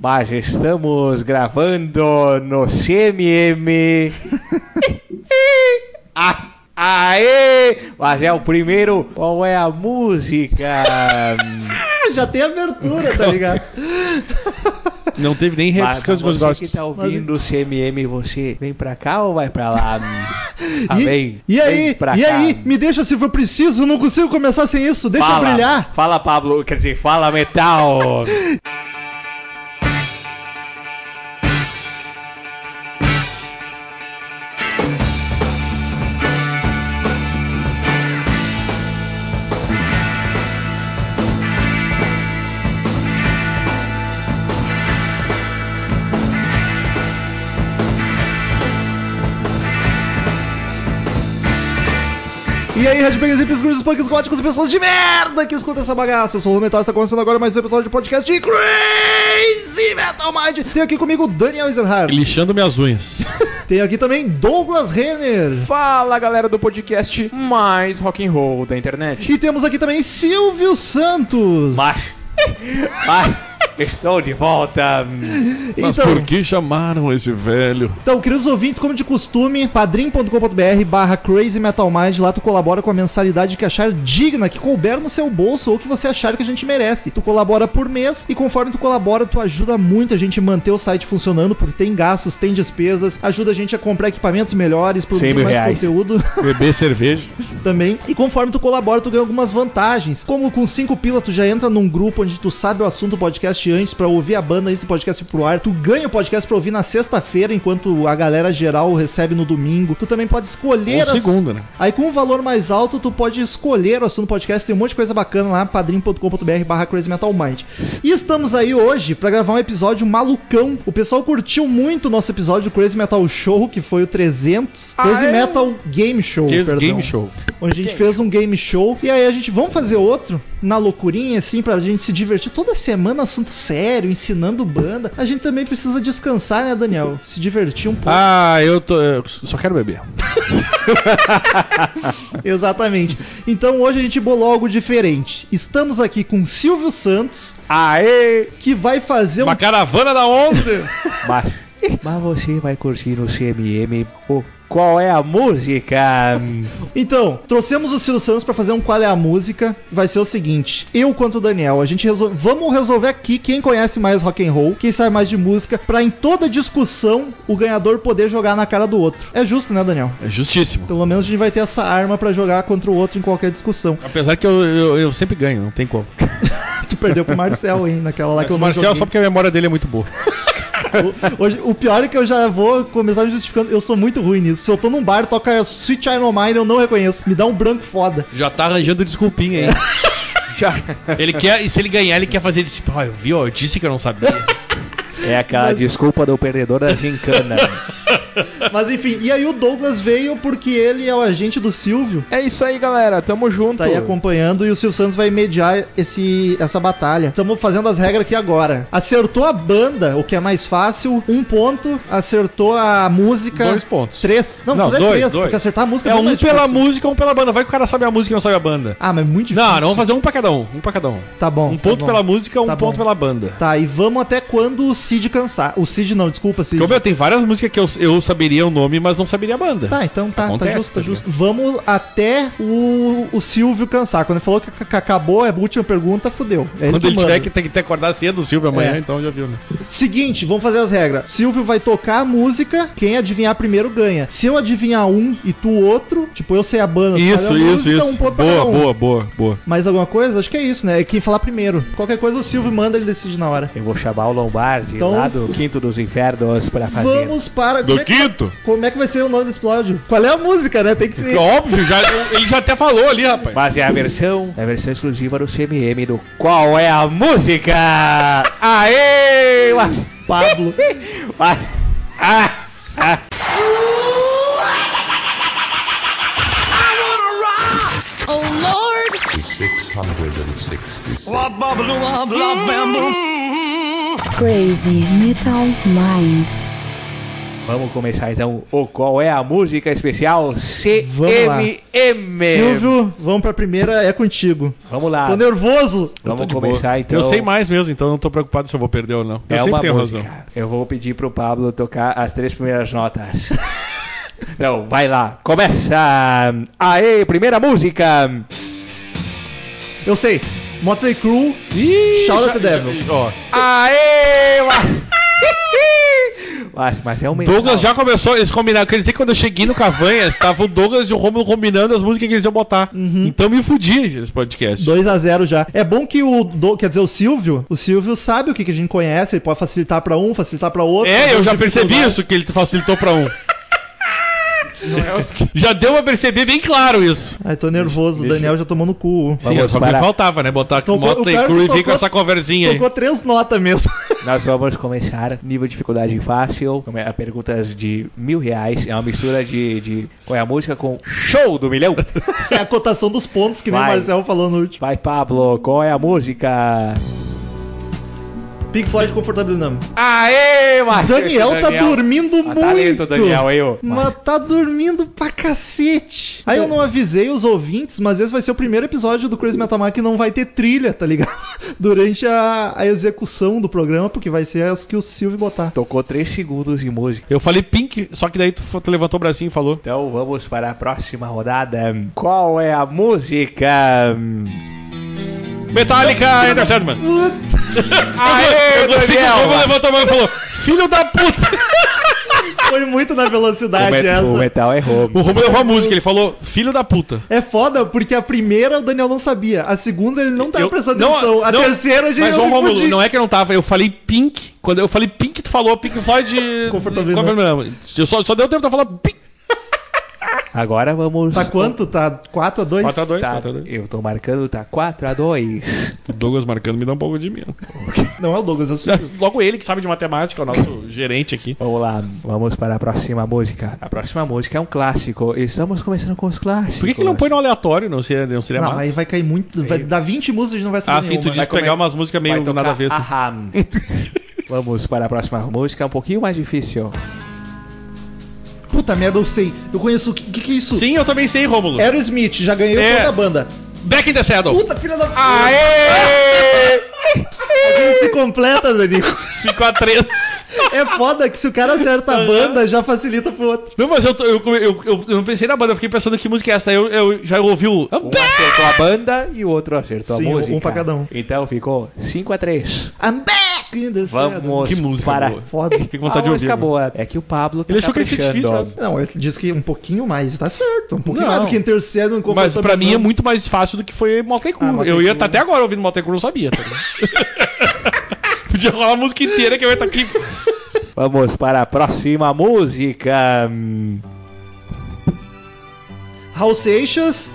Mas estamos gravando no CMM. ah, aê! Mas é o primeiro. Qual é a música? Já tem abertura, tá ligado? Não teve nem Mas réplica dos você que Ghostbusters. tá ouvindo o CMM, você vem pra cá ou vai pra lá? Ah, E, vem, e aí, vem pra e cá. aí, me deixa se for preciso, não consigo começar sem isso, deixa eu fala, brilhar. Fala, Pablo. Quer dizer, fala, metal. E aí, Redbangers, Hips, Grunts, Punks, Góticos e pessoas de merda que escuta essa bagaça. Eu sou o Metal, está começando agora mais um episódio de podcast de Crazy Metal Mind. Tem aqui comigo o Daniel Eisenhardt. Lixando minhas unhas. Tem aqui também Douglas Renner. Fala galera do podcast mais rock and roll da internet. E temos aqui também Silvio Santos. Mas, mas estou de volta. Mas Então- por que chamaram esse velho? Então, queridos ouvintes, como de costume, padrim.com.br barra Crazy Metal Mind, lá tu colabora com a mensalidade que achar digna, que couber no seu bolso ou que você achar que a gente merece. Tu colabora por mês e conforme tu colabora, tu ajuda muito a gente manter o site funcionando, porque tem gastos, tem despesas, ajuda a gente a comprar equipamentos melhores, produzir 100 mil mais reais. conteúdo Beber cerveja. também. E conforme tu colabora, tu ganha algumas vantagens. Como com cinco pila, tu já entra num grupo onde tu sabe o assunto do podcast antes pra ouvir a banda antes do podcast ir pro ar. Tu ganha o podcast pra ouvir na sexta-feira, enquanto a galera geral recebe no domingo. Tu também pode escolher. Ou as- segunda, né? Aí com um valor mais alto, tu pode escolher o assunto do podcast. Tem um monte de coisa bacana lá, padrim.com.br barra Crazy Metal Mind. E estamos aí hoje pra gravar um episódio malucão. O pessoal curtiu muito o nosso episódio do Crazy Metal Show, que foi o 300. Crazy Ah, é? Metal Game Show, Que- perdão game show. onde a gente fez um game show. E aí a gente, vamos fazer outro na loucurinha, assim, pra gente se divertir. Toda semana assunto sério, ensinando banda. A gente também precisa descansar, né, Daniel? Se divertir um pouco. Ah, eu tô. eu só quero beber. Exatamente. Então hoje a gente bolou algo diferente. Estamos aqui com Silvio Santos, Aê! que vai fazer um... Uma caravana da onda! Mas, mas você vai curtir no CMM. O, qual é a música? Então, trouxemos o Silvio Santos pra fazer um Qual é a Música. Vai ser o seguinte, eu quanto o Daniel, a gente resolve... Vamos resolver aqui quem conhece mais rock and roll, quem sabe mais de música, pra em toda discussão o ganhador poder jogar na cara do outro. É justo, né, Daniel? É justíssimo. Pelo menos a gente vai ter essa arma pra jogar contra o outro em qualquer discussão. Apesar que eu, eu, eu sempre ganho, não tem como. Tu perdeu pro Marcel, hein, naquela lá que eu o não Marcel, joguei. só porque a memória dele é muito boa. O- Hoje, o pior é que eu já vou começar me justificando. Eu sou muito ruim nisso. Se eu tô num bar, toca Sweet Child O' Mine, eu não reconheço. Me dá um branco foda. Já tá arranjando desculpinha aí. Já. Ele quer, e se ele ganhar, ele quer fazer desse. Ó, eu vi, ó, eu disse que eu não sabia. É aquela Mas- desculpa do perdedor da gincana. Mas enfim, e aí o Douglas veio porque ele é o agente do Silvio. É isso aí galera, tamo junto. Tá aí acompanhando e o Silvio Santos vai mediar esse, essa batalha. Estamos fazendo as regras aqui agora. Acertou a banda, o que é mais fácil, um ponto. Acertou a música. Dois pontos. Três. Não, Não, não dois, três, dois. porque acertar a música É não um pela difícil. música, um pela banda. Vai que o cara sabe a música e não sabe a banda. Ah, mas é muito difícil. Não, não, vamos fazer um pra cada um. Um pra cada um. Tá bom. Um ponto tá bom. pela música, um Tá ponto bom. pela banda. Tá, e vamos até quando o Cid cansar. O Cid não, desculpa, Cid. Porque, meu, tem várias músicas que eu, eu saberia o nome, mas não saberia a banda. Tá, então tá, Acontece, tá justo, tá tá justo. Vamos até o, o Silvio cansar. Quando ele falou que, ac- que acabou, é a última pergunta, fudeu. É Quando que ele tiver manda. que ter que acordar cedo, Silvio, amanhã, É. então já viu, né? Seguinte, vamos fazer as regras. Silvio vai tocar a música, quem adivinhar primeiro ganha. Se eu adivinhar um e tu outro, tipo, eu sei a banda. tu Isso, sabe a isso, música, isso. um ponto pra boa, cada um. boa, boa, boa. Mais alguma coisa? Acho que é isso, né? É quem falar primeiro. Qualquer coisa o Silvio manda, ele decide na hora. Eu vou chamar o Lombardi Então- lá do Quinto dos Infernos pra fazer. Vamos para. como Do é que- quinto? Como é que vai ser o nome desse episódio? Qual é a música, né? Tem que ser. Óbvio, já, ele já até falou ali, rapaz. Mas é a versão, é a versão exclusiva do CMM do Qual é a música? Aê! Mas, Pablo. mas, ah, Oh Lord! 666. Crazy Metal Mind. Vamos começar então o Qual é a Música Especial Vamos lá. CMM. Silvio, vamos pra primeira, é contigo. Vamos lá. Ah. Tô nervoso. Vamos Eu tô de começar boa. então. Eu sei mais mesmo, então não tô preocupado se eu vou perder ou não. Eu É sempre uma tenho música. razão. Eu vou pedir pro Pablo tocar as três primeiras notas. Não, vai lá. Começa. Aê, primeira música. Eu sei. Motley Crue, Ih, Shout já- at the Devil. já- ó, Aê, mas... mas, mas é um Douglas já começou, eles combinaram. Quer dizer que quando eu cheguei no Cavanhas, tava o Douglas e o Romulo combinando as músicas que eles iam botar. Uhum. Então me fudi nesse podcast. 2 a 0 já. É bom que o, do, quer dizer, o Silvio, o Silvio sabe o que, que a gente conhece, ele pode facilitar pra um, facilitar pra outro. É, eu já Dificultar. percebi isso que ele facilitou pra um. é Já deu pra perceber bem claro isso. Ai, tô nervoso, o Daniel já tomou no cu. Sim, Vamos só parar. me faltava, né? Botar aqui Tocou- o Motley o cara Crue e tocou- vir com essa conversinha aí. Tocou três notas mesmo. Nós vamos começar. Nível de dificuldade fácil. Come- a Perguntas de mil reais. É uma mistura de, de. Qual é a música com show do milhão? É a cotação dos pontos que nem o Vai. Marcel falou no último. Vai, Pablo. Qual é a música? Pink Floyd confortável não. Aê, O macho. Daniel tá dormindo Ah, muito. talento, Daniel, aí, ó. Mas tá dormindo pra cacete. Aí eu não avisei os ouvintes, mas esse vai ser o primeiro episódio do Crazy Metal Mind que não vai ter trilha, tá ligado? Durante a, a execução do programa, porque vai ser as que o Silvio botar. Tocou 3 segundos de música. Eu falei pink, só que daí tu, f- tu levantou o bracinho e falou. Então vamos para a próxima rodada. Qual é a música? Metallica, tá Enter Sandman. Aê, eu consegui, Daniel! eu levantou a mão e falou, filho da puta. Foi muito na O, velocidade met- o essa. metal errou. O Romulo errou a música, ele falou, filho da puta. É foda, porque a primeira o Daniel não sabia. A segunda ele não tava Eu- prestando não, atenção. A não, terceira a gente Mas, ô me Romulo, fudi. não é que eu não tava, eu falei pink. Quando eu falei pink, tu falou Pink Floyd... Confortável, Confortável, não. Eu só, só deu tempo de eu falar pink. Agora vamos. Tá quanto? Tá 4 a 2 4x2, Tá, 4x2. eu tô marcando, tá 4x2. Douglas marcando me dá um pouco de medo. Não é o Douglas, é o Silvio. Logo ele que sabe de matemática, o nosso gerente aqui. Vamos lá, vamos para a próxima música. A próxima música é um clássico. Estamos começando com os clássicos. Por que, que não põe no aleatório? Não seria, não seria Não, É massa? É. aí vai cair muito. Vai dar 20 músicas e a gente não vai saber Ah, sim, tu nenhuma. disse comer- pegar umas músicas Vai meio tocar nada a ver. assim. Aham. Vamos para a próxima música, um pouquinho mais difícil. Puta merda, eu sei. Eu conheço. O que, que que é isso? Sim, eu também sei, Rômulo. É- Aerosmith, já ganhei o É. som da banda. Back in the Saddle. Puta filha da. Aê! A gente se completa, Danico. 5x3. É foda que se o cara acerta a banda, já facilita pro outro. Não, mas eu, tô- eu, eu, eu- eu não pensei na banda, eu fiquei pensando que música é essa. Aí Eu, eu já ouvi o. Um acertou a banda e o outro acertou Sim, a um música. pra cada um. Então ficou 5x3. I'm back in the saddle. Vamos Que música para... boa. Foda. Fiquei com vontade de a ouvir. né? música boa. É que o Pablo tá Ele achou que ele tinha caprichando, difícil, ó. mas- Não, eu disse que um pouquinho mais, tá certo. Um pouquinho Não. mais do que terceiro um no Mas pra mim é muito mais fácil do que foi Motley Crue. Ah, Motley eu ia Crue. estar até agora ouvindo Motley Crue, não sabia. Tá ligado? Podia rolar a música inteira que eu ia estar aqui. Vamos para a próxima música. Hum, House Seixas.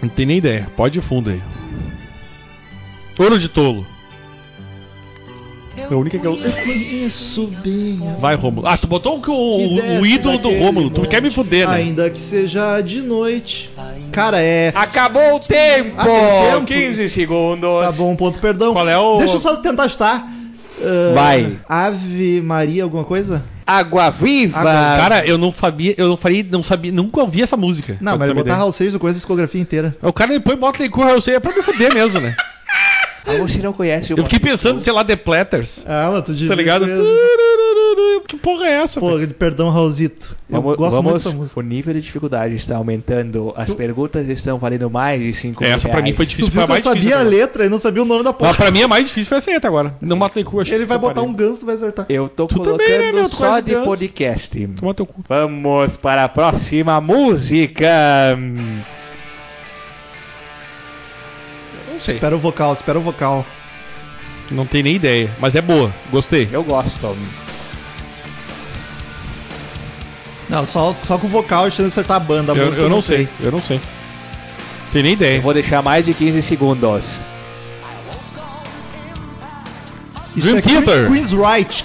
Não tem nem ideia. Pode ir fundo aí. Ouro de tolo. É a única que eu. Conheço bem. Vai, Rômulo. Ah, tu botou o, o- o desce ídolo do daquele Rômulo. Tu monte, quer me fuder, né? Ainda que seja de noite. Cara, é. Acabou o tempo! Ah, tem É um tempo? 15 segundos. Tá bom, ponto, perdão. Qual é o- Deixa eu só tentar chutar. Ah, Vai. Ave Maria, alguma coisa? Água Viva! Água- Cara, eu não sabia, eu não falei, não sabia, nunca ouvi essa música. Não, Pra mas tu ter uma botar ideia. Hall 6 eu conheço a discografia inteira. O cara depois bota Lecur, eu sei, é pra me fuder mesmo, né? Ah, você não conhece o Eu fiquei pensando, sei lá, The Platters. Ah, mas tu Tá ligado? mesmo. Que porra é essa? Pô, perdão, Raulzito. Eu Vamos, gosto muito vamos- dessa música. o nível de dificuldade está aumentando, as perguntas estão valendo mais de 5 É, essa pra mim foi Tu difícil, viu foi a que eu mais sabia difícil. né? a até agora. letra e não sabia o nome da Mas porra. pra mim a mais difícil foi essa aí até agora. Não mata Lecur, acho Ele vai botar parei. um ganso, tu vai acertar. Eu tô Tu colocando também, né, meu? Tu só conhece de Guns. podcast. Toma teu cu. Vamos para a próxima música. Não sei. Espera o vocal, espera o vocal. Não tem nem ideia, mas é boa. Gostei. Eu gosto. Não, só, só com o vocal, a chance de acertar a banda. A Eu, música eu não sei. eu não sei. Tem nem Eu ideia. vou deixar mais de 15 segundos. Isso Dream é Queen- Theater. Queen's Right.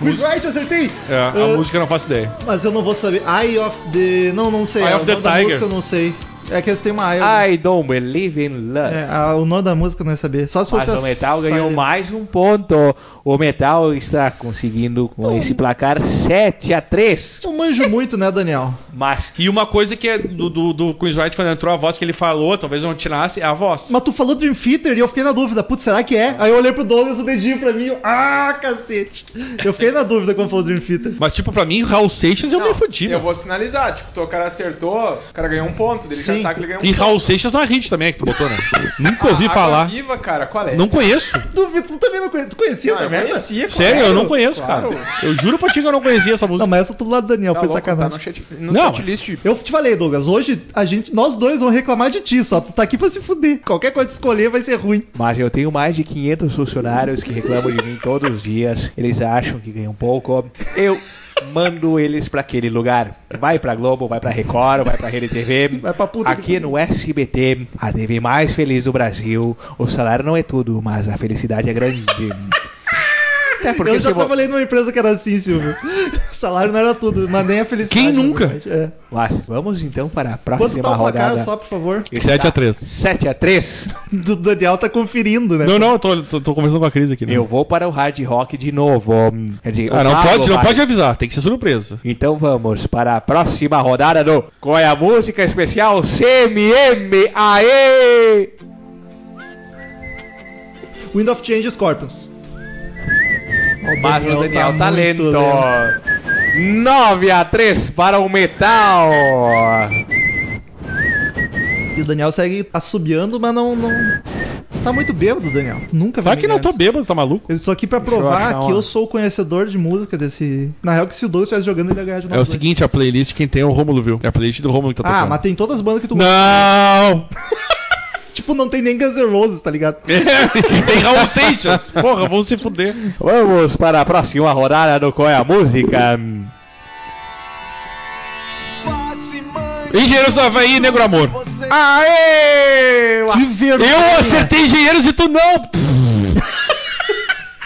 Queen's Right, acertei. É, a Ah. música eu não faço ideia. Mas eu não vou saber. Eye of the. Não, não sei. Eye É, of o the nome da Tiger. Música, eu não sei. É que eles têm uma. I don't believe in love. É, a- o nome da música eu não ia saber. Só se Mas fosse o a Metal ganhou Silent- mais um ponto. O Metal está conseguindo com esse placar 7 a 3 Eu manjo muito, né, Daniel? Mas E uma coisa que é do, do, do Queen's Wright, quando entrou a voz que ele falou, talvez não tirasse, é a voz. Mas tu falou Dream Theater e eu fiquei na dúvida. Putz, será que é? Aí eu olhei pro Douglas o dedinho pra mim. eu, Ah, cacete. Eu fiquei na dúvida quando falou Dream Theater. Mas, tipo, pra mim, Raul Seixas é um eu me fudi. Eu meu. vou sinalizar, tipo, o cara acertou, o cara ganhou um ponto, dele já Sim. sabe que ele ganhou um E ponto. Ah, Raul Seixas não é hit também, é que tu botou, né? Nunca ouvi Água falar. Viva, cara, qual é? Não conheço. Tu, tu também não conhecia, tu conhecia Ah, essa eu merda? conhecia, claro. Sério, eu não conheço, Claro. cara. Eu juro pra ti que eu não conhecia essa música. Não, mas essa tu do lado do Daniel, Tá foi louco, tá sacanagem. no chat, no tipo. Não, set list. Eu te falei, Douglas, hoje a gente, nós dois vamos reclamar de ti, só tu tá aqui pra se fuder. Qualquer coisa que escolher vai ser ruim. Mas eu tenho mais de 500 funcionários que reclamam de mim todos os dias. Eles acham que ganham pouco. Eu mando eles pra aquele lugar. Vai pra Globo, vai pra Record, vai pra Rede TV. Vai pra puta que Aqui no SBT, a TV mais feliz do Brasil. O salário não é tudo, mas a felicidade é grande. Até porque eu já se vo- trabalhei numa empresa que era assim, Silvio. Salário não era tudo, mas nem a felicidade. Quem na nunca? verdade. É. Mas vamos então para a Quanto próxima tá o placar rodada. só, por favor? é 7x3. 7 a 3 Do Daniel tá conferindo, né? Não, não, eu tô, tô, tô conversando com a Cris aqui. né? Eu vou para o hard rock de novo. Quer dizer, Ah, o não Pablo pode, não vai. pode avisar, tem que ser surpresa. Então vamos para a próxima rodada do Qual é a Música Especial CMM Aê! Wind of Change Scorpions. Ó, Mas o Daniel tá lento. muito lento. 9 a 3 para o Metal. E o Daniel segue assobiando, mas não. não... Tá muito bêbado, Daniel. Tu nunca vai. Vai que não, eu tô bêbado, tá maluco? Eu tô aqui pra eu provar achar que uma. eu sou o conhecedor de música desse. Na real, que se o Douglas estivesse jogando, ele ia ganhar de É o nós seguinte, a playlist quem tem é o Romulo, viu? É a playlist do Romulo que tá dois. Ah, tocando. mas tem todas as bandas que tu gosta. Não! Tipo, não tem nem Guns N' Roses, tá ligado? tem Raul Seixas! Porra, vão se fuder. Vamos para a próxima rodada do Qual é a Música. Engenheiros do Havaí, Negro Amor. Aê! Que vergonha! Eu acertei engenheiros e tu não!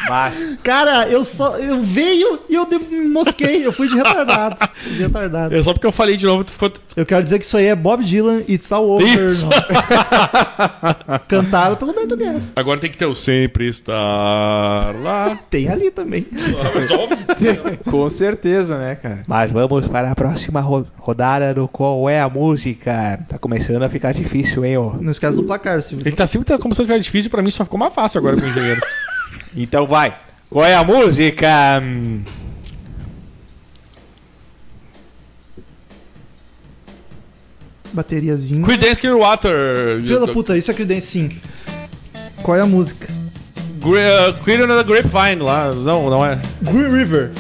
Mas Cara, eu só. Eu veio e eu de- me mosquei. Eu fui de retardado. De retardado. É só porque eu falei de novo, tu ficou. Eu quero dizer que isso aí é Bob Dylan e All Over. Isso. Cantado pelo Berto Guedes. Agora tem que ter o sempre estar lá. Tem ali também. Com certeza, né, cara? Mas vamos para a próxima ro- rodada do Qual é a Música. Tá começando a ficar difícil, hein, ô? Não esquece do placar, Silvio. Ele tá sempre tá- começando a ficar difícil, pra mim só ficou mais fácil agora com engenheiros. Então vai. Qual é a música? Hum. Bateriazinha. Creedence Clearwater. Filha da puta, isso é Creedence sim. Qual é a música? Gra- uh, Creedence the Grapevine lá. Não, não é. Green River.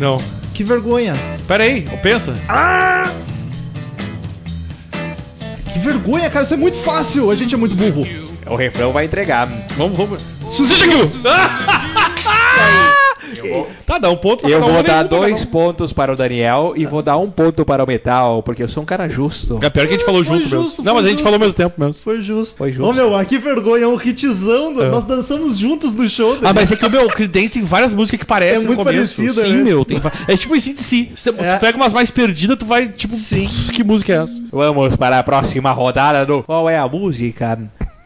Não. Que vergonha. Pera aí, pensa. Que vergonha, cara. Isso é muito fácil. A gente é muito burro. O refrão vai entregar. Vamos, vamos. Suzy Q! Tá, dá um ponto pra Eu cada um, vou né? dar Um pra dois cada pontos para o Daniel e vou dar um ponto para o Metal, porque eu sou um cara justo. um. É pior que a gente falou Foi junto justo, mesmo. Não, foi mas a gente justo. falou ao mesmo tempo mesmo. Foi justo. Foi justo. Ô, meu, ah, que vergonha. É um hitzão. do- Nós dançamos juntos no show. É. né? Ah, Daniel. mas é que o meu Creedence tem várias músicas que parecem É muito no começo. parecida, Sim, né? meu, tem va- É tipo em si. Você É. tu pega umas mais perdidas, tu vai, tipo, Sim. "Putz, que música é essa? Vamos para a próxima rodada do Qual é a Música?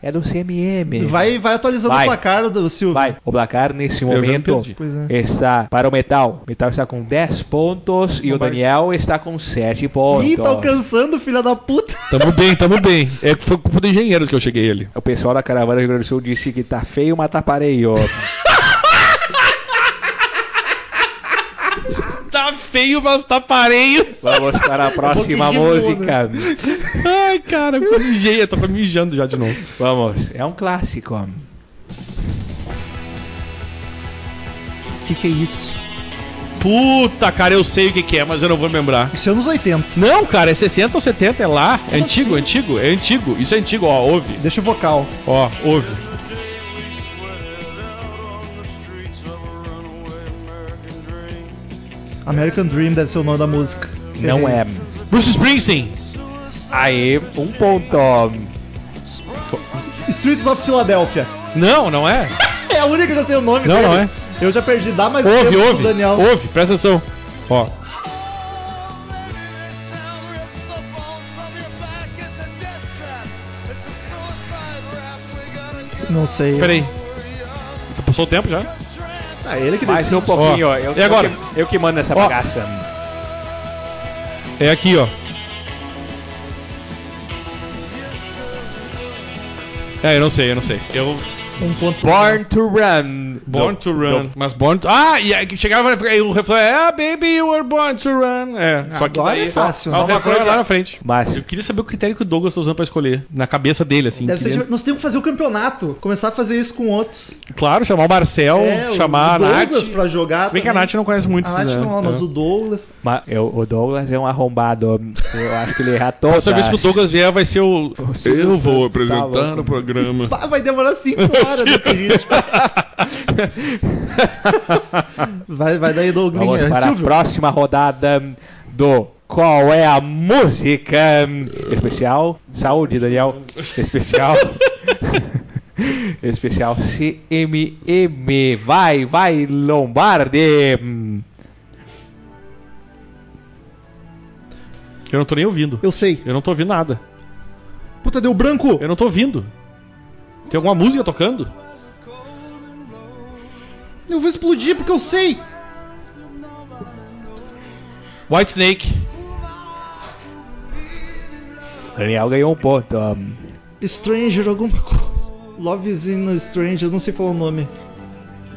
É do CMM. Vai, vai atualizando Vai. o placar do Silvio. Vai. O placar nesse já me momento perdi. Pois é. está para o Metal. O Metal está com 10 pontos e o Bombarde. Daniel está com 7 pontos. Ih, então. tá alcançando, filha da puta. Tamo bem, tamo bem. É que foi culpa do engenheiros que eu cheguei ali. O pessoal da caravana do Rio Grande do Sul disse que tá feio matar pareio. Tá feio, mas tá pareio. Vamos É para a um próxima Eu vou pedir música. Ai, cara, eu mijei, eu tô mijando já de novo. Vamos, é um clássico. Que que é isso? Puta, cara, eu sei o que que é, mas eu não vou lembrar. Isso é anos 80. Não, cara, é 60 ou 70, é lá. É antigo, é antigo, é antigo. Isso é antigo, ó, ouve. Deixa o vocal. Ó, ouve. American Dream deve ser o nome da música. Não é. Bruce Springsteen. Aí, um ponto. é. Streets of Philadelphia. Não, não é. É a única que eu sei o nome Não, não é. Eu já perdi. Dá mais Ouve, pro ouve. Daniel. Ouve, presta atenção. Ó. Não sei. Peraí. Passou o tempo já? Ah, ele que Mais decide. um pouquinho, Ó, ó. Eu, e agora? Eu que, eu que mando nessa Ó. bagaça. É aqui, ó. É, eu não sei, eu não sei. Eu Um ponto. Born to Run. Born to Run, mas Born to... Ah, e aí que chegava e o refrão é Ah, baby, you were born to run. Ah, É, só que Agora daí... é fácil. Só Só uma coisa lá na frente. Mas Eu queria saber o critério que o Douglas tá usando pra escolher. Na cabeça dele, assim. Deve que ser ele- divertido. Nós temos que fazer o campeonato. Começar a fazer isso com outros. Claro, chamar o Marcel, É, o- chamar o a Nath. Douglas pra jogar. Se bem que a também. Nath não conhece muito. A Nath né? não, mas É. o Douglas. Mas eu- o Douglas é um arrombado. Eu acho que ele erra todas. Próxima vez que o Douglas vier vai ser o... Eu vou Santos tá apresentar louco. o programa. Pá, vai demorar 5 horas desse vídeo. vai, vai daí, é Vamos Douglas. para a próxima rodada do Qual é a Música? Especial. Saúde, Daniel. Especial. Especial CMM. Vai, vai, Lombardi. Eu não tô nem ouvindo. Eu sei. Eu não tô ouvindo nada. Puta, deu branco. Eu não tô ouvindo. Tem alguma música tocando? Eu vou explodir porque eu sei. White Snake. Daniel ganhou um ponto. Stranger, alguma coisa. Love is in a Stranger, não sei falar o nome.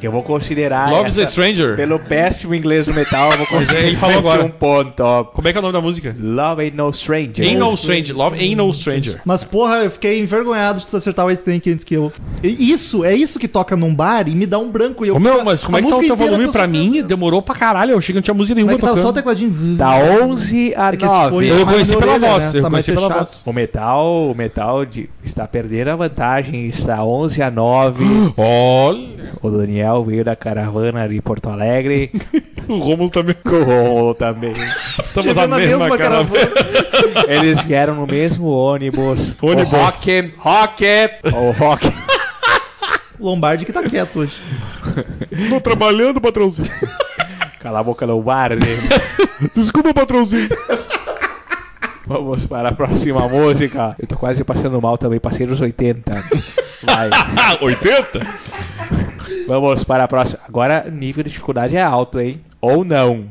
Eu vou considerar. Love is a essa- Stranger. Pelo péssimo inglês do metal, eu vou Mas é, considerar ele falou esse agora. um ponto. Como é que é o nome da música? Love ain't no stranger. Ain't No Stranger. Love Ain't No Stranger. Mas porra, eu fiquei envergonhado de tu acertar o White Snake antes que eu. E Isso, é isso que toca num bar e me dá um branco. E eu Ô, meu, fico- mas como a é que tá o música teu inteira volume eu pra só- mim? Demorou pra caralho. Eu achei que não tinha música Como nenhuma é que tá só o tocando. tecladinho? Tá 11 a É que esse fone 9. tá Eu mais conheci na pela orelha, voz, né? eu Tá mais conheci pela fechado. voz. O metal, o metal de- está perdendo a vantagem, está 11 a 9. Olha. o Daniel veio da caravana de Porto Alegre. O Rômulo também. o Romulo também. Estamos Chegou na na mesma, mesma cara. Eles vieram no mesmo ônibus. Ônibus. O Rock, Rock, o Rock. Lombardi que tá quieto hoje. Tô trabalhando, patrãozinho. Cala a boca, Lombardi. Desculpa, patrãozinho. Vamos para a próxima música. Eu tô quase passando mal também, passei nos 80. Vai. Ah, 80? Vamos para a próxima. Agora, nível de dificuldade é alto, hein? Ou não.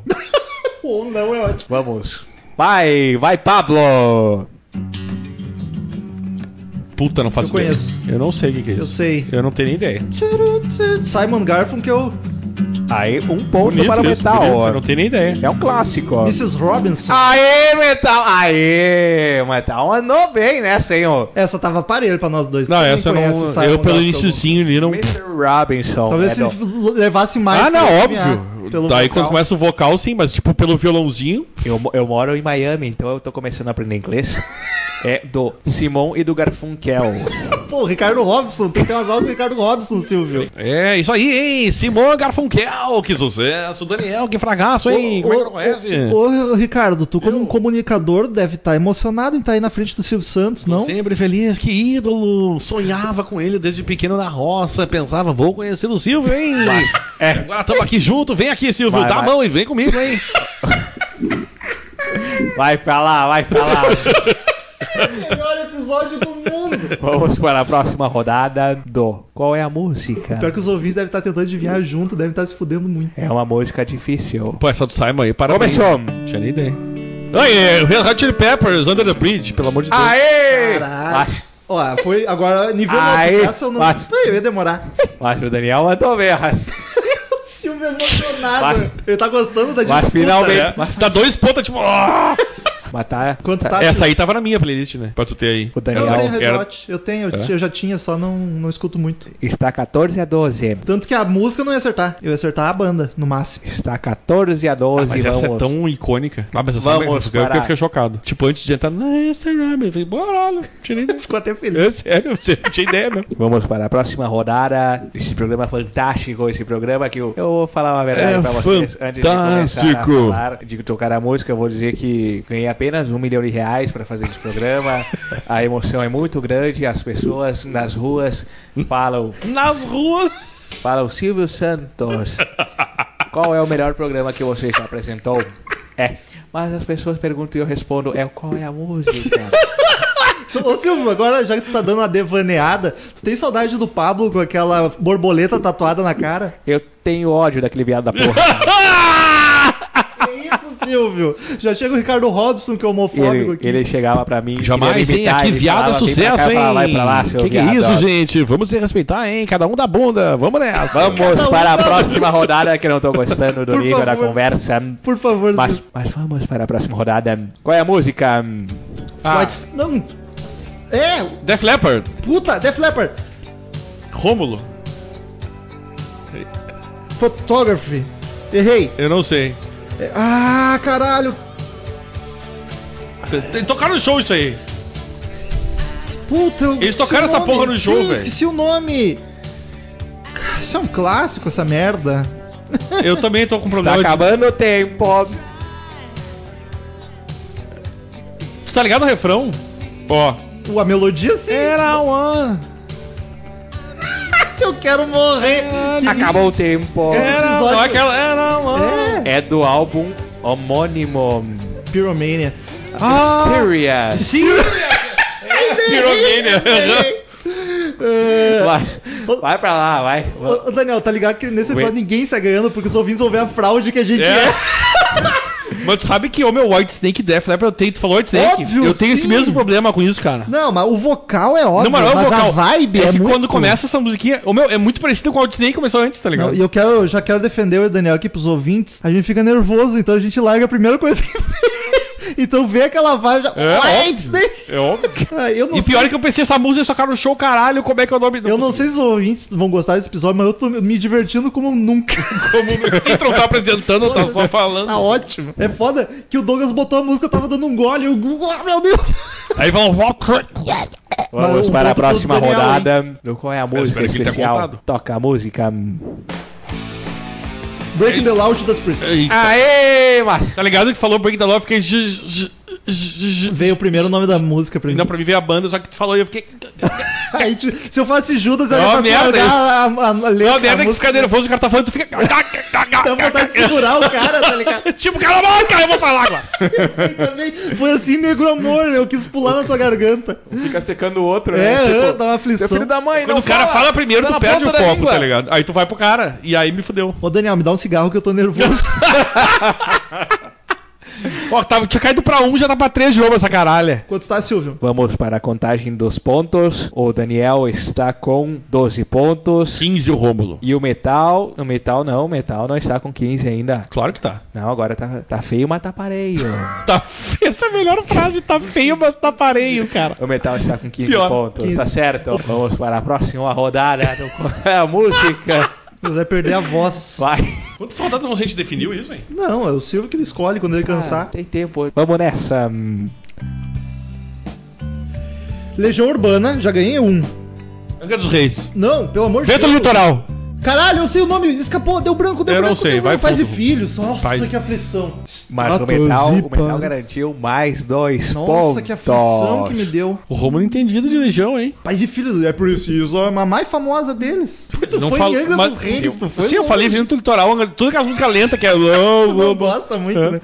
Ou não, é ótimo. Vamos. Vai, vai, Pablo. Puta, não faço Eu conheço. ideia. Eu não sei o que, que é isso. Eu sei. Eu não tenho nem ideia. Simon Garfunkel, Aí, um ponto para o isso, metal. bonito. ó. Eu não tenho nem ideia. É um clássico. ó. Mrs. Robinson. Ah! Aê, metal. Aê, metal. Andou bem nessa, hein, ó. Essa tava parelho pra nós dois. Não, Quem essa eu conhece não. Simon Eu, pelo Garfunkel? iníciozinho ali, não. Mr. Robinson. Talvez é se do- levasse mais. Ah, pra não, adivinhar óbvio. pelo Daí vocal. quando começa o vocal, sim, mas tipo pelo violãozinho. eu, mo- eu moro em Miami, então eu tô começando a aprender inglês. É do Simon e do Garfunkel. Pô, o Ricardo Robson, tem que ter umas aulas do Ricardo Robson, Silvio. É, isso aí, hein? Simon Garfunkel, que sucesso. Daniel, que fracasso, hein? Como é que não conhece? Ô, Ricardo, tu como um comunicador deve estar emocionado em estar aí na frente do Silvio Santos, não? Sempre feliz, que ídolo. Sonhava com ele desde pequeno na roça. Pensava, vou conhecer o Silvio, hein? É. Agora estamos aqui junto. Vem aqui, Silvio. Vai, Dá vai. a mão e vem comigo, hein? Vai pra lá, vai pra lá. Melhor episódio do mundo! Vamos para a próxima rodada do Qual é a Música? Então- Pior que os ouvintes devem estar tentando adivinhar junto, devem estar se fudendo muito. É uma música difícil. Pô, essa do Simon aí, parabéns. Começou. Não tinha nem ideia. Ai, é, Red Hot Chili Peppers, Under the Bridge, pelo amor de Deus. Aê! Caralho. Ó, foi agora nível Aí, nosso, essa eu não. vai. Pô, eu ia demorar. Mas o Daniel mandou bem. mas- o Silvio é emocionado. Vai. Ele tá gostando da Mas É, finalmente. Tá dois pontos, tipo. ah! Mas tá. Quanto tá? Essa aí tava na minha playlist, né? Pra tu ter aí. É? O Eu tenho Daniel Red Era- Hot, eu tenho, eu, eu já tinha, só não, não escuto muito. está 14 a 12. Tanto que a música eu não ia acertar, eu ia acertar a banda, no máximo. Está 14 a 12. Mas essa é tão icônica. Ah, mas essa Vamos eu fiquei- parar. eu fiquei chocado. Tipo, antes de entrar, não, essa é Rabbit. Eu falei, bora, não tinha nem ideia. Ficou até feliz. É sério, Tipo, eu não tinha ideia, meu. Vamos para a próxima rodada. Esse programa é fantástico, esse programa que eu, eu vou falar uma verdade É pra vocês. Antes de começar a fantástico. falar, de tocar a música, eu vou dizer que ganhei apenas um milhão de reais para fazer esse programa. A emoção é muito grande, as pessoas nas ruas falam, Nas ruas. falam Silvio Santos. Qual é o melhor programa que você já apresentou? É. Mas as pessoas perguntam e eu respondo, é qual é a música? Ô Silvio, agora já que tu tá dando uma devaneada, tu tem saudade do Pablo com aquela borboleta tatuada na cara? Eu tenho ódio daquele viado da porra. Que isso, Silvio? Já chega o Ricardo Robson, que é homofóbico Ele, aqui. ele chegava pra mim. Jamais, queria hein? imitar, Aqui ele viado é falava, "Vem pra cá, sucesso, hein? Pra lá e pra lá, seu que que é viado, isso, ó." gente? Vamos se respeitar, hein? Cada um da bunda. Vamos nessa. Vamos Cada um para a pra- próxima rodada, que eu não tô gostando do Por nível da favor. conversa. Por favor, Mas, Silvio. mas vamos para a próxima rodada. Qual é a música? Ah. Mas- Não. É, Def Leppard. puta, Def Leppard. Rômulo, Photography. Errei. eu não sei. É, Ah, caralho. T- t- Tocaram no show isso aí. Puta, eu Eles esqueci tocaram o essa nome. porra no Sim, jogo, eu velho. esqueci o nome. Cara, Isso é um clássico, essa merda. Eu também tô com Está problema. de- acabando o tempo. Tu tá ligado no refrão? Ó. Pô, A melodia, sim. Era uma. Eu quero morrer. Acabou o tempo. Era, episódio- não, é aquela, era uma... É, É do álbum homônimo Pyromania. Hysteria. Errei. É, Vai, vai pra lá, vai. ô, ô, Daniel, tá ligado que nesse episódio ninguém sai ganhando porque os ouvintes vão ver a fraude que a gente é. Mas tu sabe que o meu White Snake Death Leppard, eu tenho, tu falou White Snake. Óbvio, eu tenho esse sim. mesmo problema com isso, cara. Não, mas o vocal é óbvio, mas não é o mas a vocal. vibe é, É que muito... quando começa essa musiquinha, o meu é muito parecido com o White Snake que começou antes, tá Não, ligado? E eu quero, eu já quero defender o Daniel aqui pros ouvintes. A gente fica nervoso, então a gente larga a primeira coisa que vem. Então vê aquela vibe já. É, Ai, óbvio. Snake! É óbvio. Ah, eu não E pior sei, é que eu pensei, essa música só cara no show, caralho, como é que é o nome Eu não sei se os ouvintes vão gostar desse episódio, mas eu tô me divertindo como nunca. como. Sim, tu não tá apresentando, tá só falando. Tá ótimo. É foda que o Douglas botou a música, eu tava dando um gole. Eu... Ah, meu Deus! Aí vão. Vamos Mas o para a ponto do próxima Daniel, rodada. Do qual é a música espero que ele tenha especial? contado. Toca a música. Breaking the Lounge das Priests. É Ah. Aê, mas Tá ligado que falou Break the Law, eu fiquei. j- j- j- j- Veio o primeiro nome da música pra mim. Não, pra mim veio a banda, só que tu falou e eu fiquei. Aí, tipo, se eu fosse Judas, eu É uma ia tatuar merda a- isso. a, a, a letra É da uma merda música. que Tá fica nervoso, o cara tá falando, tu fica. Dá vontade de segurar o cara, tá ligado? Tipo, cala a boca, eu vou falar agora. Assim também. Foi assim, negro amor, eu quis pular na tua garganta. Fica secando o outro, É, tipo, né? é, dá uma aflição. Seu filho da mãe, Quando não o cara fala primeiro, Tá tu na perde o ponta da foco, língua. tá ligado? Aí tu vai pro cara, e aí me fudeu. Ô, Daniel, me dá um cigarro que eu tô nervoso. Ó, tava, tinha caído pra um, já tá pra três de novo essa caralha. Quanto tá, Silvio? Vamos para a contagem dos pontos. O Daniel está com 12 pontos. 15 o Rômulo. E o Metal. O Metal não, o Metal não está com 15 ainda. Claro que tá. Não, agora tá, tá feio, mas tá pareio. Tá feio, essa é a melhor frase, tá feio, mas tá pareio, cara. o Metal está com 15 Pior, pontos. 15. Tá certo. Vamos para a próxima rodada. Do qual é a música? Ele vai perder a voz. Vai. Quantos soldados você gente definiu isso, hein? Não, é o Silvio que ele escolhe quando ele Ah, cansar. tem tempo. Vamos nessa. hum. Legião Urbana, já ganhei um. Angra dos Reis. Não, pelo amor de Vento Litoral. Caralho, eu sei o nome, escapou, deu branco, deu Eu não branco. sei, deu vai, branco. Faz e Fulvio. filhos, nossa, Faz. que aflição. Mas o Stratos um metal, e o metal Pan- garantiu mais dois pontos. Nossa, que aflição que me deu. O Romulo entendido de legião, hein? Pais e filhos, é preciso a mais famosa deles. Tu Não foi falo, em Angra mas, dos Reis, sim, tu foi sim, eu longe. falei Vento Litoral, Angra- todas aquelas músicas lentas que é... Tu não gosta muito, né?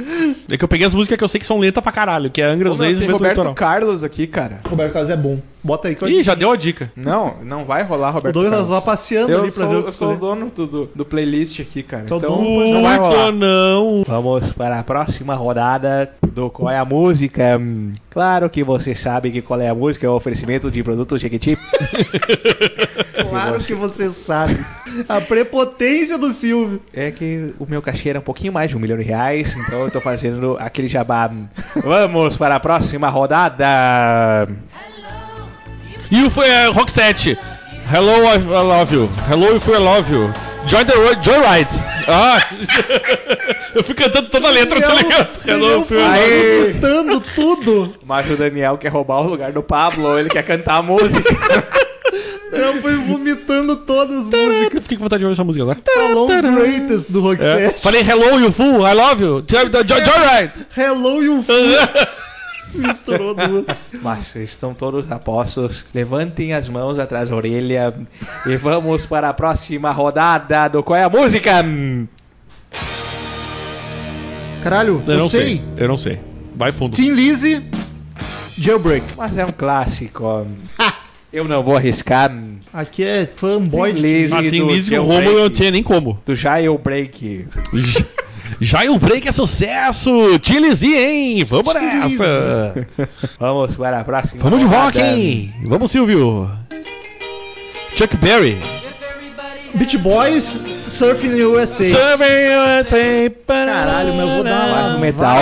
É que eu peguei as músicas que eu sei que são lentas pra caralho, que é Angra Ô, dos meu, Reis e tem Vento Roberto Litoral. Carlos aqui, cara. Roberto Carlos é bom. Bota aí que eu- Ih, já deu a dica. Não, não vai rolar O Roberto Douglas tá Carlos. só passeando Eu ali pra ver sou, o eu que Tá sou o escolher. dono do, do, do playlist aqui, cara. Tô então, dono. não vai rolar. não. Vamos para a próxima rodada do Qual é a Música. Hum, Claro que você sabe que Qual é a Música é o oferecimento de produtos Jequiti. Claro que você sabe. A prepotência do Silvio. É que o meu cachê era um pouquinho mais de um milhão de reais, então eu tô fazendo aquele jabá. Vamos para a próxima rodada. E o foi é, Rock 7. Hello, I, I love you. Hello, if I love you. Join the road, joyride. Ah, eu fui cantando toda a letra, é tá ligado? um- Hello, if I love you. Aê! Dando tudo. Mas o Daniel quer roubar o lugar do Pablo, ele quer cantar a música. Eu fui vomitando todas as músicas. Eu Fiquei com vontade de ouvir essa música agora. Alone Greatest do Rock É. Set. Falei hello, you fool, I love you. Joy- joy- Joyride. Hello e o Fu. Misturou duas. Mas estão todos apostos. Levantem as mãos atrás da orelha e vamos para a próxima rodada do Qual é a Música? Caralho, eu, sei. Eu não sei. Vai fundo. Tim Lizzy. Jailbreak. Mas é um clássico. ó. Eu não vou arriscar. Aqui é fanboy de Lizzy Martin do Lise e Jailbreak, o Ah, Romulo eu não tinha nem como. Do Jailbreak. Jailbreak é sucesso! Tilizi, hein? Vamos nessa! Vamos para a próxima. Vamos de rock, rodada. hein? Vamos, Silvio! Chuck Berry. Beach Boys, Surfing USA. Caralho, Caralho, mas eu vou dar uma- Largo metal.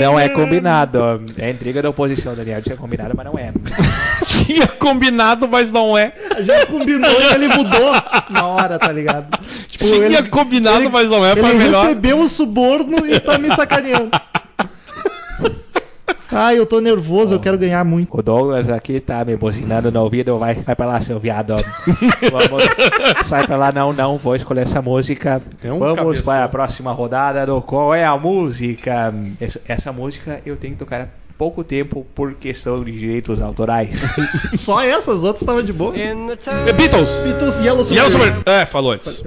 Não é combinado. ó. É intriga da oposição, Daniel. Tinha combinado, mas não é. Tinha combinado, mas não é. Já combinou e ele mudou na hora, tá ligado? Tipo, Tinha ele, combinado, ele- mas não é. Foi ele melhor. recebeu o suborno e tá me sacaneando. Ai, eu tô nervoso, eu quero ganhar muito. O Douglas aqui tá me buzinando no ouvido. Vai, vai pra lá, seu viado. ó. Vamos. Sai pra lá, não, não. Vou escolher essa música. um Vamos cabeção. para a próxima rodada do Qual é a Música? Essa, essa música eu tenho que tocar há pouco tempo por questão de direitos autorais. Só essas, as outras estavam de boa. É Beatles. Beatles, Yellow Yellow Submarine. Submarine. É, falou antes.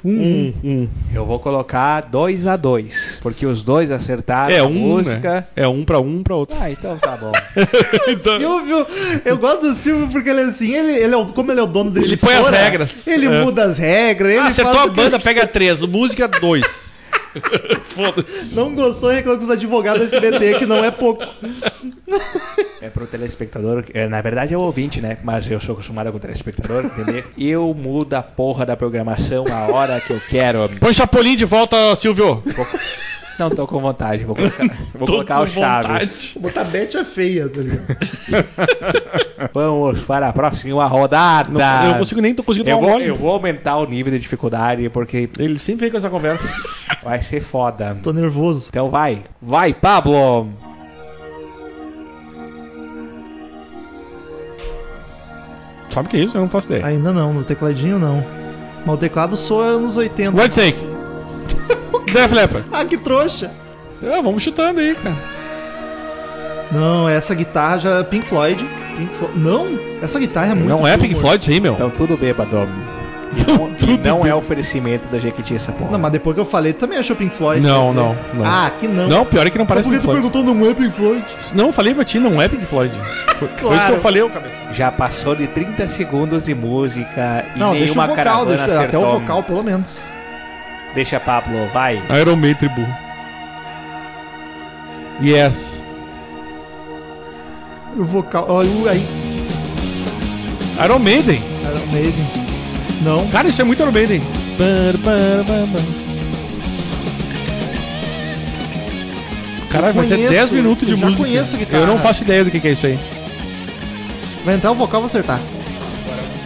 eu vou colocar 2 a 2 porque os dois acertaram É a um, música. né? É um pra um, pra outro. Ah, então tá bom. Silvio, eu gosto do Silvio porque ele é assim, ele, ele é o- como ele é o dono dele. Ele põe as regras. Ele É. muda as regras, ele Ah, acertou faz a o que- banda, pega três. Música, dois. Foda-se. Não gostou, reclama com os advogados do SBT, que não é pouco. É pro telespectador, é, na verdade é o ouvinte, né? Mas eu sou acostumado com o telespectador, entendeu? Eu mudo a porra da programação a hora que eu quero. Põe Chapolin de volta, Silvio. Não tô com vontade, vou colocar, vou colocar o Chaves. Botar bet é feia, tá ligado? Vamos para a próxima rodada. Eu não consigo nem tô conseguindo Eu tomar um vou, gole. eu vou aumentar o nível de dificuldade porque Ele sempre vem com essa conversa. vai ser foda. Tô nervoso. Então vai, vai, Pablo! Sabe o que é isso? Eu não faço ideia. Ainda não, no tecladinho não. Mas o teclado soa anos 80. White Snake. Def Leppard. Ah, que trouxa! Ah, vamos chutando aí, cara. Não, essa guitarra já é Pink Floyd. Pink Flo- Não, essa guitarra é muito. Não é Pink boa. Floyd isso aí, meu. Então tudo bêbado. Não, não é oferecimento da Jequiti essa porra. Não, mas depois que eu falei, tu também achou Pink Floyd. Não, quer dizer. não, não. Ah, que não. Não, pior é que não Mas parece por que Pink tu Floyd. perguntou, não é Pink Floyd? Não, eu falei pra ti, não é Pink Floyd. Foi, foi isso que Claro. eu falei, ô cabeça. Já passou de 30 segundos de música e Não, deixa o nenhuma vocal, caravana deixa, até acertou. o vocal pelo menos. Deixa Pablo, vai. Iron Man Tribu. Yes. O vocal, olha o aí, Iron Maiden. Iron Maiden. Não, Cara, isso é muito Iron Maiden. Cara, vai ter conheço, 10 minutos de eu já música. conheço a guitarra. eu não faço ideia do que que é isso aí. vai entrar o vocal, vou acertar.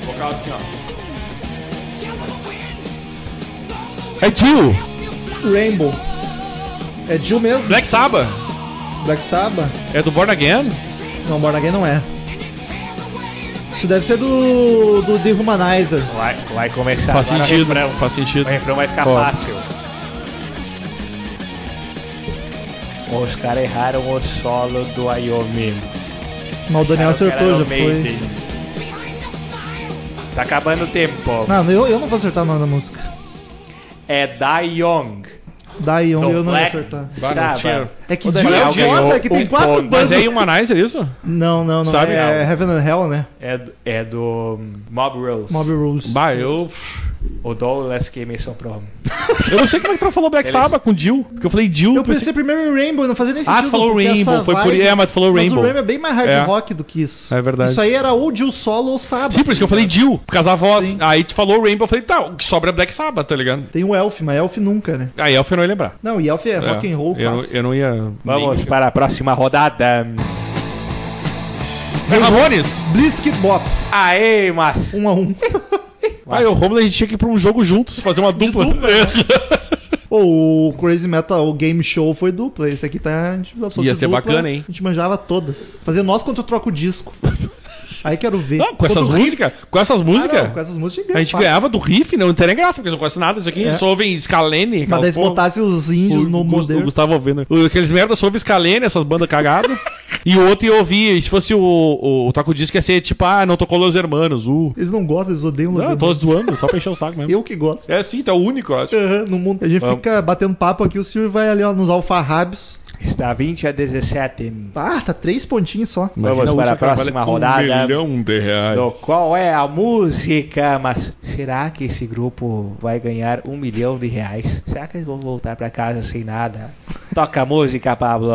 Vocal assim, ó. É Jill. Rainbow. É Jill mesmo? Black Sabbath. Black Sabbath? É do Born Again? Não, Born Again não é. Isso deve ser do, do The Humanizer. Vai, Tá, vai começar. Faz agora sentido. O refrão, Faz sentido. o refrão vai ficar Ó. fácil. Os caras erraram o solo do Ayomi. Mas o Daniel Cara, o cara acertou, era já o foi. Maiden. Tá acabando o tempo. Não, eu, eu não vou acertar o nome da música. É Dai Young. Daí eu, do eu não vou Então, Black acertar. Bah, não tinha. Sabbath. É que O Jill Daniel é ganhou foda, que tem um quatro ponto. bandas. Mas é Humanizer isso? Não, não, não. Sabe? é Heaven and Hell, né? É, do- é do hum, Mob Rules. Mob Rules. Bah, eu. O Douglas que me soprou. Eu não sei como é que tu falou Black Eles- Sabbath com Jill. Porque eu falei Jill. Eu pensei primeiro em Rainbow, não fazia nem sentido. Ah, tu falou porque essa Rainbow. Foi por. vibe- É, mas tu falou Mas o Rainbow. Rainbow é bem mais hard É. rock do que isso. É verdade. Isso aí era ou Jill solo ou Sabbath. Sim, por isso que eu falei Jill, por causa da voz. Aí te falou Rainbow, eu falei, tá, o que sobra é Black Sabbath, tá ligado? Tem o Elf, mas Elf nunca, né? Aí é Elf eu não ia lembrar. Não, e Elf é, É, rock and roll eu, clássico. eu não ia. Vamos nem- para a próxima rodada. É Ramones! Blitzkid Bop, Aê, mas um a um. Ah, eu e o Romulo a gente tinha que ir pra um jogo juntos, fazer uma dupla. Ou o Crazy Metal Game Show foi dupla. Esse aqui tá. a gente- se fosse Ia ser dupla, bacana, hein? né? A gente manjava todas. Fazer nós quando eu troco o disco. aí quero ver. Não, Ah, com essas Quando- músicas, com essas Ah, músicas, não, com essas músicas a gente fácil. ganhava do riff, não, não tem nem graça, porque eles não conhecem nada disso aqui, É. eles só ouvem Scalene. Mas aquelas daí se porra. botasse os O, índios o, no Gus- o modelo. Gustavo ouvindo. O- Aqueles merda só ouvem Scalene, essas bandas cagadas. E o outro eu ouvi, se fosse o, o, o Taco Disco, ia ser tipo, ah, não tocou Los Hermanos, uh. Eles não gostam, eles odeiam Não, eu Los tô Hermanos. zoando, só pra encher o saco mesmo. Eu que gosto. É sim, tá o único, eu acho. Aham, no mundo. A gente fica batendo papo aqui, o Silvio vai ali ó, nos alfarrábios. Está 20 a 17. Ah, tá três pontinhos só. Vamos para a próxima rodada. um milhão de reais. Do qual é a música? Mas será que esse grupo vai ganhar um milhão de reais? Será que eles vão voltar pra casa sem nada? Toca a música, Pablo.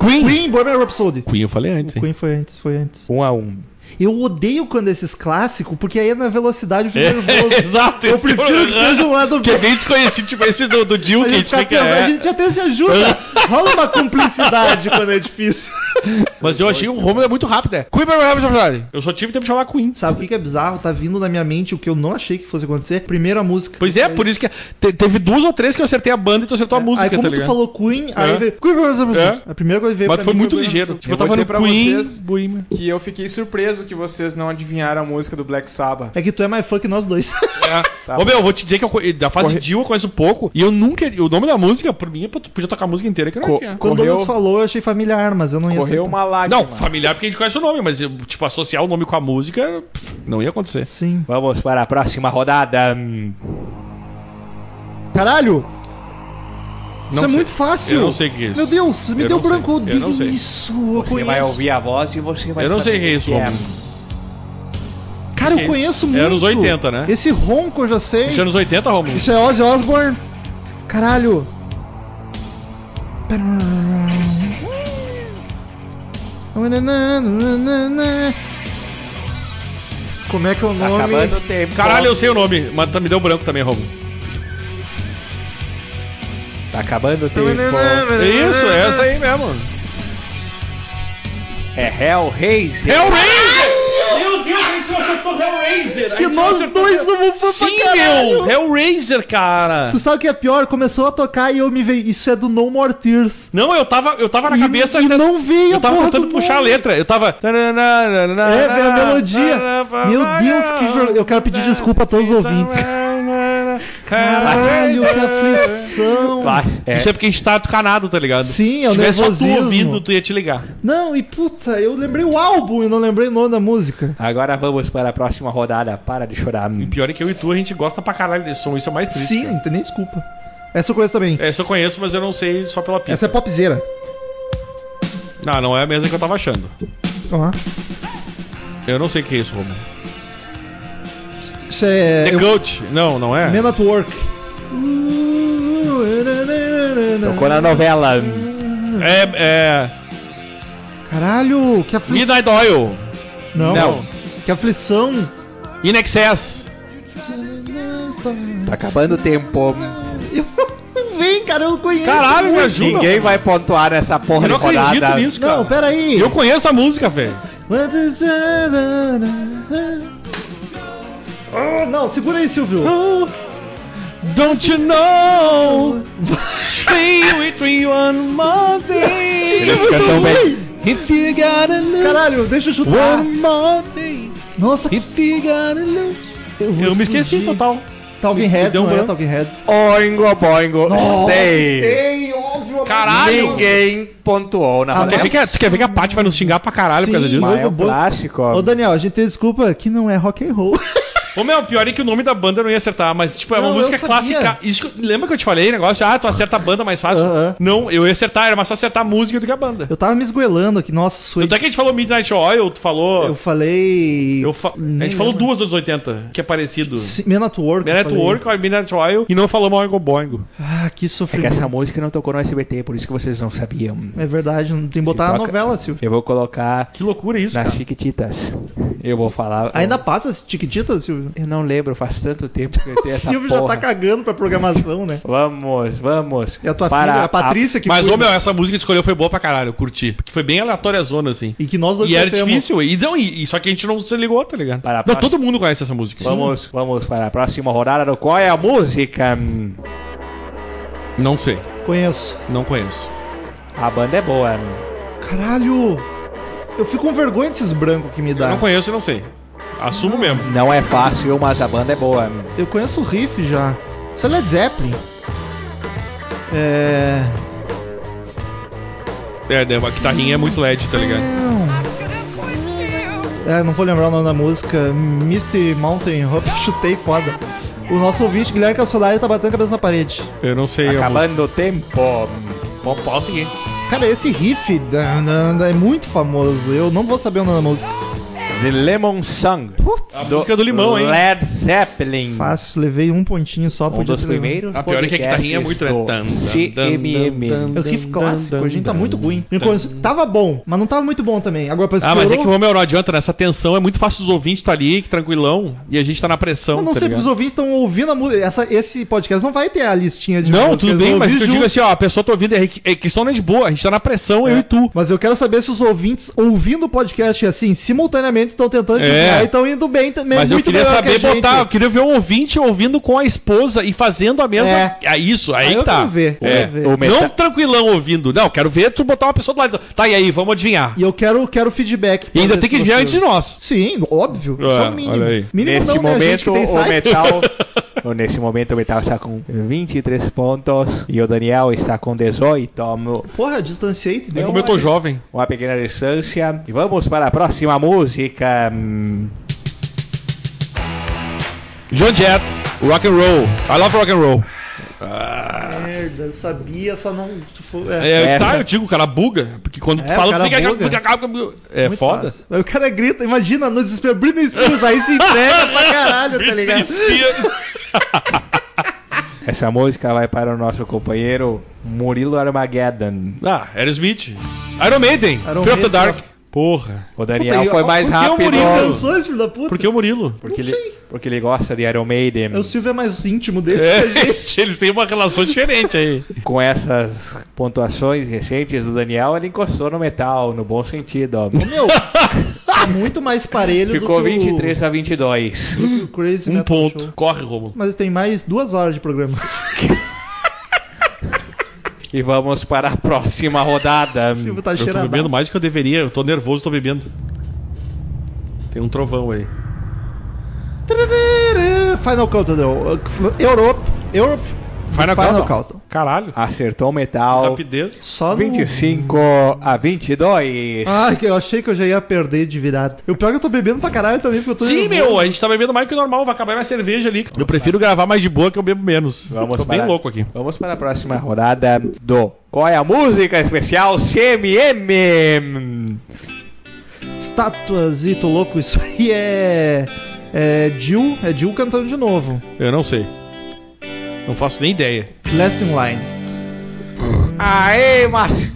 Queen! Queen, Bohemian Rhapsody. Queen eu falei antes, hein? Queen foi antes, foi antes. Um a um. Eu odeio quando esses clássicos, porque aí é na velocidade eu fico nervoso. Exato, é Eu prefiro que seja um lado Que é bem desconhecido, tipo esse do, do Jill A que a gente, gente fica fica. pensando, a é. gente até se ajuda. Rola uma cumplicidade quando é difícil. Mas eu achei o Romulo é muito rápido, é. Queen Bohemian Rhapsody. Eu só tive tempo de falar Queen. Sabe o que que é bizarro? Tá vindo na minha mente o que eu não achei que fosse acontecer. Primeiro a música. Pois é, por isso que te- teve duas ou três que eu acertei a banda e tu acertou a música, aí, como tá tu ligado? falou Queen, aí É. veio. Queen versus- É. A primeira coisa que veio pra Mas foi mim muito Queen ligeiro. versus- Tipo, eu Eu vou tava dizer no pra Queen. né? vocês- Bohemian. Que eu fiquei surpreso que vocês não adivinharam a música do Black Sabbath. É que tu é mais fã que nós dois. É. Ô meu, eu vou te dizer que eu, co- da fase Corre- Jill eu conheço pouco. E eu nunca. O nome da música, por mim, eu podia tocar a música inteira, que eu não Co- ia. Quando o Correu- Douglas falou, eu achei familiar, mas eu não ia Correu acertar. uma lágrima. Não, familiar porque a gente conhece o nome, mas eu, tipo, associar o nome com a música pff, não ia acontecer. Sim. Vamos para a próxima rodada. Hum, Caralho! Isso Não é sei. muito fácil! Eu não sei o que é isso. Meu Deus, me Eu deu não sei. branco. Eu digo não sei. Isso, eu Você vai conheço. ouvir a voz e você vai Eu não saber sei o que é isso, o que é. Romulo. Cara, Que eu isso? conheço muito. Era nos 80, né? Esse ronco eu já sei. Isso é anos 80, Romulo. Isso é Ozzy Osbourne. Caralho. Como é que é o nome? Tá Acabando o tempo. Caralho, eu sei o nome, mas tá- me deu branco também, Romulo. Tá acabando o tempo. É isso, é essa aí mesmo. É Hellraiser. Hellraiser! Meu Deus, a gente acertou Hellraiser! Que nós dois somos fã pra Sim, caralho. meu! Hellraiser, cara! Tu sabe o que é pior? Começou a tocar e eu me veio. Isso é do No More Tears. Não, eu tava, eu tava na E- cabeça. e não veio eu a tava porra tentando do puxar a nome. letra. Eu tava. É, É, veio a melodia. Meu Deus, que ver- eu quero pedir desculpa a todos os ouvintes. Caralho, que aflição. Vai. É. Isso é porque a gente tá atucanado, tá ligado? Sim, é o Se tivesse só tu nervosismo. ouvindo, tu ia te ligar. Não, e puta, eu lembrei o álbum e não lembrei o nome da música. Agora vamos para a próxima rodada. Para de chorar. Hum. Pior é que eu e tu, a gente gosta pra caralho desse som. Isso é mais triste. Sim, cara. não tem nem desculpa. Essa eu conheço também. É, isso eu conheço, mas eu não sei só pela pista. Essa é popzeira. Não, não é a mesma que eu tava achando. Ó. Eu não sei o que é isso, Romulo. Isso é. The eu- Coach. Não, não é? Men at Work. Tocou na novela. Hum. É. é... Caralho, que aflição. Midnight Oil. Não. Não. Que aflição. In Excess. Tá acabando o tempo. Eu- Vem, cara, eu conheço. Caralho, me ajuda. Ninguém vai pontuar nessa porra Eu não de rodada. acredito nisso, cara. Não, peraí. Eu conheço a música, velho. Ah, Não, segura aí, Silvio. Don't you know? See you between one more day. Eles um cantam bem. If you gotta lose. Caralho, deixa eu chutar. One more day. Nossa, If you gotta lose. vou Eu me esqueci explodir. total. Talking Heads, deu um não é branco. Talking Heads. Oingo, boingo, stay. Ei, óbvio. Caralho. Ninguém pontuou na Ah, Quer rodada. ver, que a, tu quer ver que a Paty vai nos xingar pra caralho por causa Sim, disso? Mas é jogo um bom. clássico. Ô, Daniel, a gente tem desculpa que não é rock and roll. Ô, meu, pior é que o nome da banda eu não ia acertar, mas, tipo, é uma Não, eu música sabia. clássica. Isso que eu- lembra que eu te falei, negócio? Ah, tu acerta a banda mais fácil. Aham. Não, eu ia acertar, era mais só acertar a música do que a banda. Eu tava me esgoelando aqui. Nossa, Tanto Suede. é que a gente falou Midnight Oil, tu falou. Eu falei. Eu fa- Nem A gente falou lembro. duas dos anos 80, que é parecido. Sim, Men at Work. eu Midnight falei. Work, Midnight Oil e não falamos Oingo Boingo. Ah, que É que sofrimento. essa música não tocou no SBT, por isso que vocês não sabiam. É verdade, não tem que botar a toca- novela, Silvio. Eu vou colocar Que loucura é isso, nas cara. Chiquititas. Eu vou falar. Ainda eu, passa esse tiquitita, Silvio? eu não lembro, faz tanto tempo que eu tenho O essa Silvio já porra. tá cagando pra programação, né? Vamos, vamos. É a tua filha, a Patrícia que Mas, ô, cuida. meu, essa música que escolheu foi boa pra caralho, eu curti. Porque foi bem aleatória a zona, assim. E que nós dois E era conhecemos. difícil, e, não, e, e só que a gente não se ligou, tá ligado? Para a não, próxima. todo mundo conhece essa música. Vamos, vamos para a próxima rodada do Qual é a Música? Hum, Não sei, Conheço. não conheço. A banda é boa. hum. Caralho! Eu fico com vergonha desses brancos que me Eu dá. não conheço e não sei. Assumo mesmo. Não é fácil, mas a banda é boa. hum. Eu conheço o riff já. Isso é Led Zeppelin. É. É, daí uma guitarrinha é muito LED, tá ligado? É, não vou lembrar o nome da música. Misty Mountain Hop, chutei foda. O nosso ouvinte, Guilherme Calçolari, tá batendo a cabeça na parede. Eu não sei. a música. Acabando o tempo. Bom, posso seguir. Cara, esse riff dan, dan, dan, é muito famoso. Eu não vou saber o nome da música. The Lemon Song. A música do limão, hein? Led Zeppelin. Fácil, levei um pontinho só Um podia dos ter levado. primeiros. A pior é que a guitarrinha é muito, né? podcasts Tan, tan, do CMM. É o riff clássico, a gente tá muito ruim. Me conheço- Tava bom, mas não tava muito bom também. Agora parece Ah, mas é que, piorou. meu, não adianta, né? Essa tensão é muito fácil os ouvintes tá ali, que tranquilão, e a gente tá na pressão. Eu não tá sei, ligado? os ouvintes estão ouvindo a música. Essa- Esse podcast não vai ter a listinha de Não, músicas, tudo bem, vão mas o ouvir que eu digo junto. assim, ó, a pessoa tá ouvindo, é que- é questão não é de boa, a gente tá na pressão, eu e tu. Mas eu quero saber se os ouvintes ouvindo o podcast assim, simultaneamente, estão tentando É. divulgar e estão indo bem também. Mas eu muito queria melhor que a saber gente. botar, eu queria ver o ouvinte ouvindo com a esposa e fazendo a mesma. É. É, isso, aí, Aí que eu tá. quero ver, eu É. quero ver. O Não tranquilão ouvindo. Não, quero ver tu botar uma pessoa do lado. Tá, e aí, vamos adivinhar. E eu quero, quero feedback. E ainda tem que ver adivinhar antes de nós. Sim, óbvio. É, só o mínimo. olha aí. Mínimo Nesse não, né, gente, momento, que tem o site. Metal. Bom, Nesse momento o Metal está com 23 pontos e o Daniel está com 18. Uma- Porra, distanciei, entendeu? É como eu tô jovem. Uma pequena distância. E vamos para a próxima música. Hum, John Jett, rock and roll. I love rock and roll. Merda, eu sabia, só não. tipo, É, é, tá, essa. eu digo, o cara buga. Porque quando tu É, o fala, tu cara fica. É muito foda. fácil. Aí o cara grita, imagina, no desespero, Britney Spears, aí se entrega pra caralho, tá ligado? Essa música vai para o nosso companheiro Murilo Armageddon. Ah, Aerosmith. Iron Maiden. Iron Fear of the Maiden, Dark. Porra. O Daniel Puta, foi e- mais por que rápido. O Murilo dançou esse filho da puta. Por que o Murilo? Porque Não ele, sei. porque ele gosta de Iron Maiden. É, o Silvio é mais íntimo dele. É, eles têm uma relação diferente aí. Com essas pontuações recentes do Daniel, ele encostou no metal, no bom sentido. ó. Meu, é muito mais parelho Ficou do que o- 23 a 22. do que o Crazy Um Metal ponto. Show. Corre, Romulo. Mas tem mais duas horas de programa. E vamos para a próxima rodada. O Silvio tá Eu tô cheiradaço. bebendo mais do que eu deveria. Eu tô nervoso, tô bebendo. Tem um trovão aí. Tarará, Final Countdown. Europe. Europe. Final Final Countdown. Countdown. Caralho. Acertou o metal. Tá Rapidez. Só no... 25 a 22. Ah, que eu achei que eu já ia perder de virada. E o pior é que eu tô bebendo pra caralho também, porque eu tô... Sim, nervoso. meu, a gente tá bebendo mais que o normal, vai acabar minha cerveja ali. Eu prefiro gravar mais de boa que eu bebo menos. Vamos tô bem parar. louco aqui. Vamos para a próxima rodada do Qual é a Música Especial CMM. Estátuas e tô louco, isso aí é... É Jill, é Jill cantando de novo. Eu não sei. Não faço nem ideia. Last in Line. Aê, mas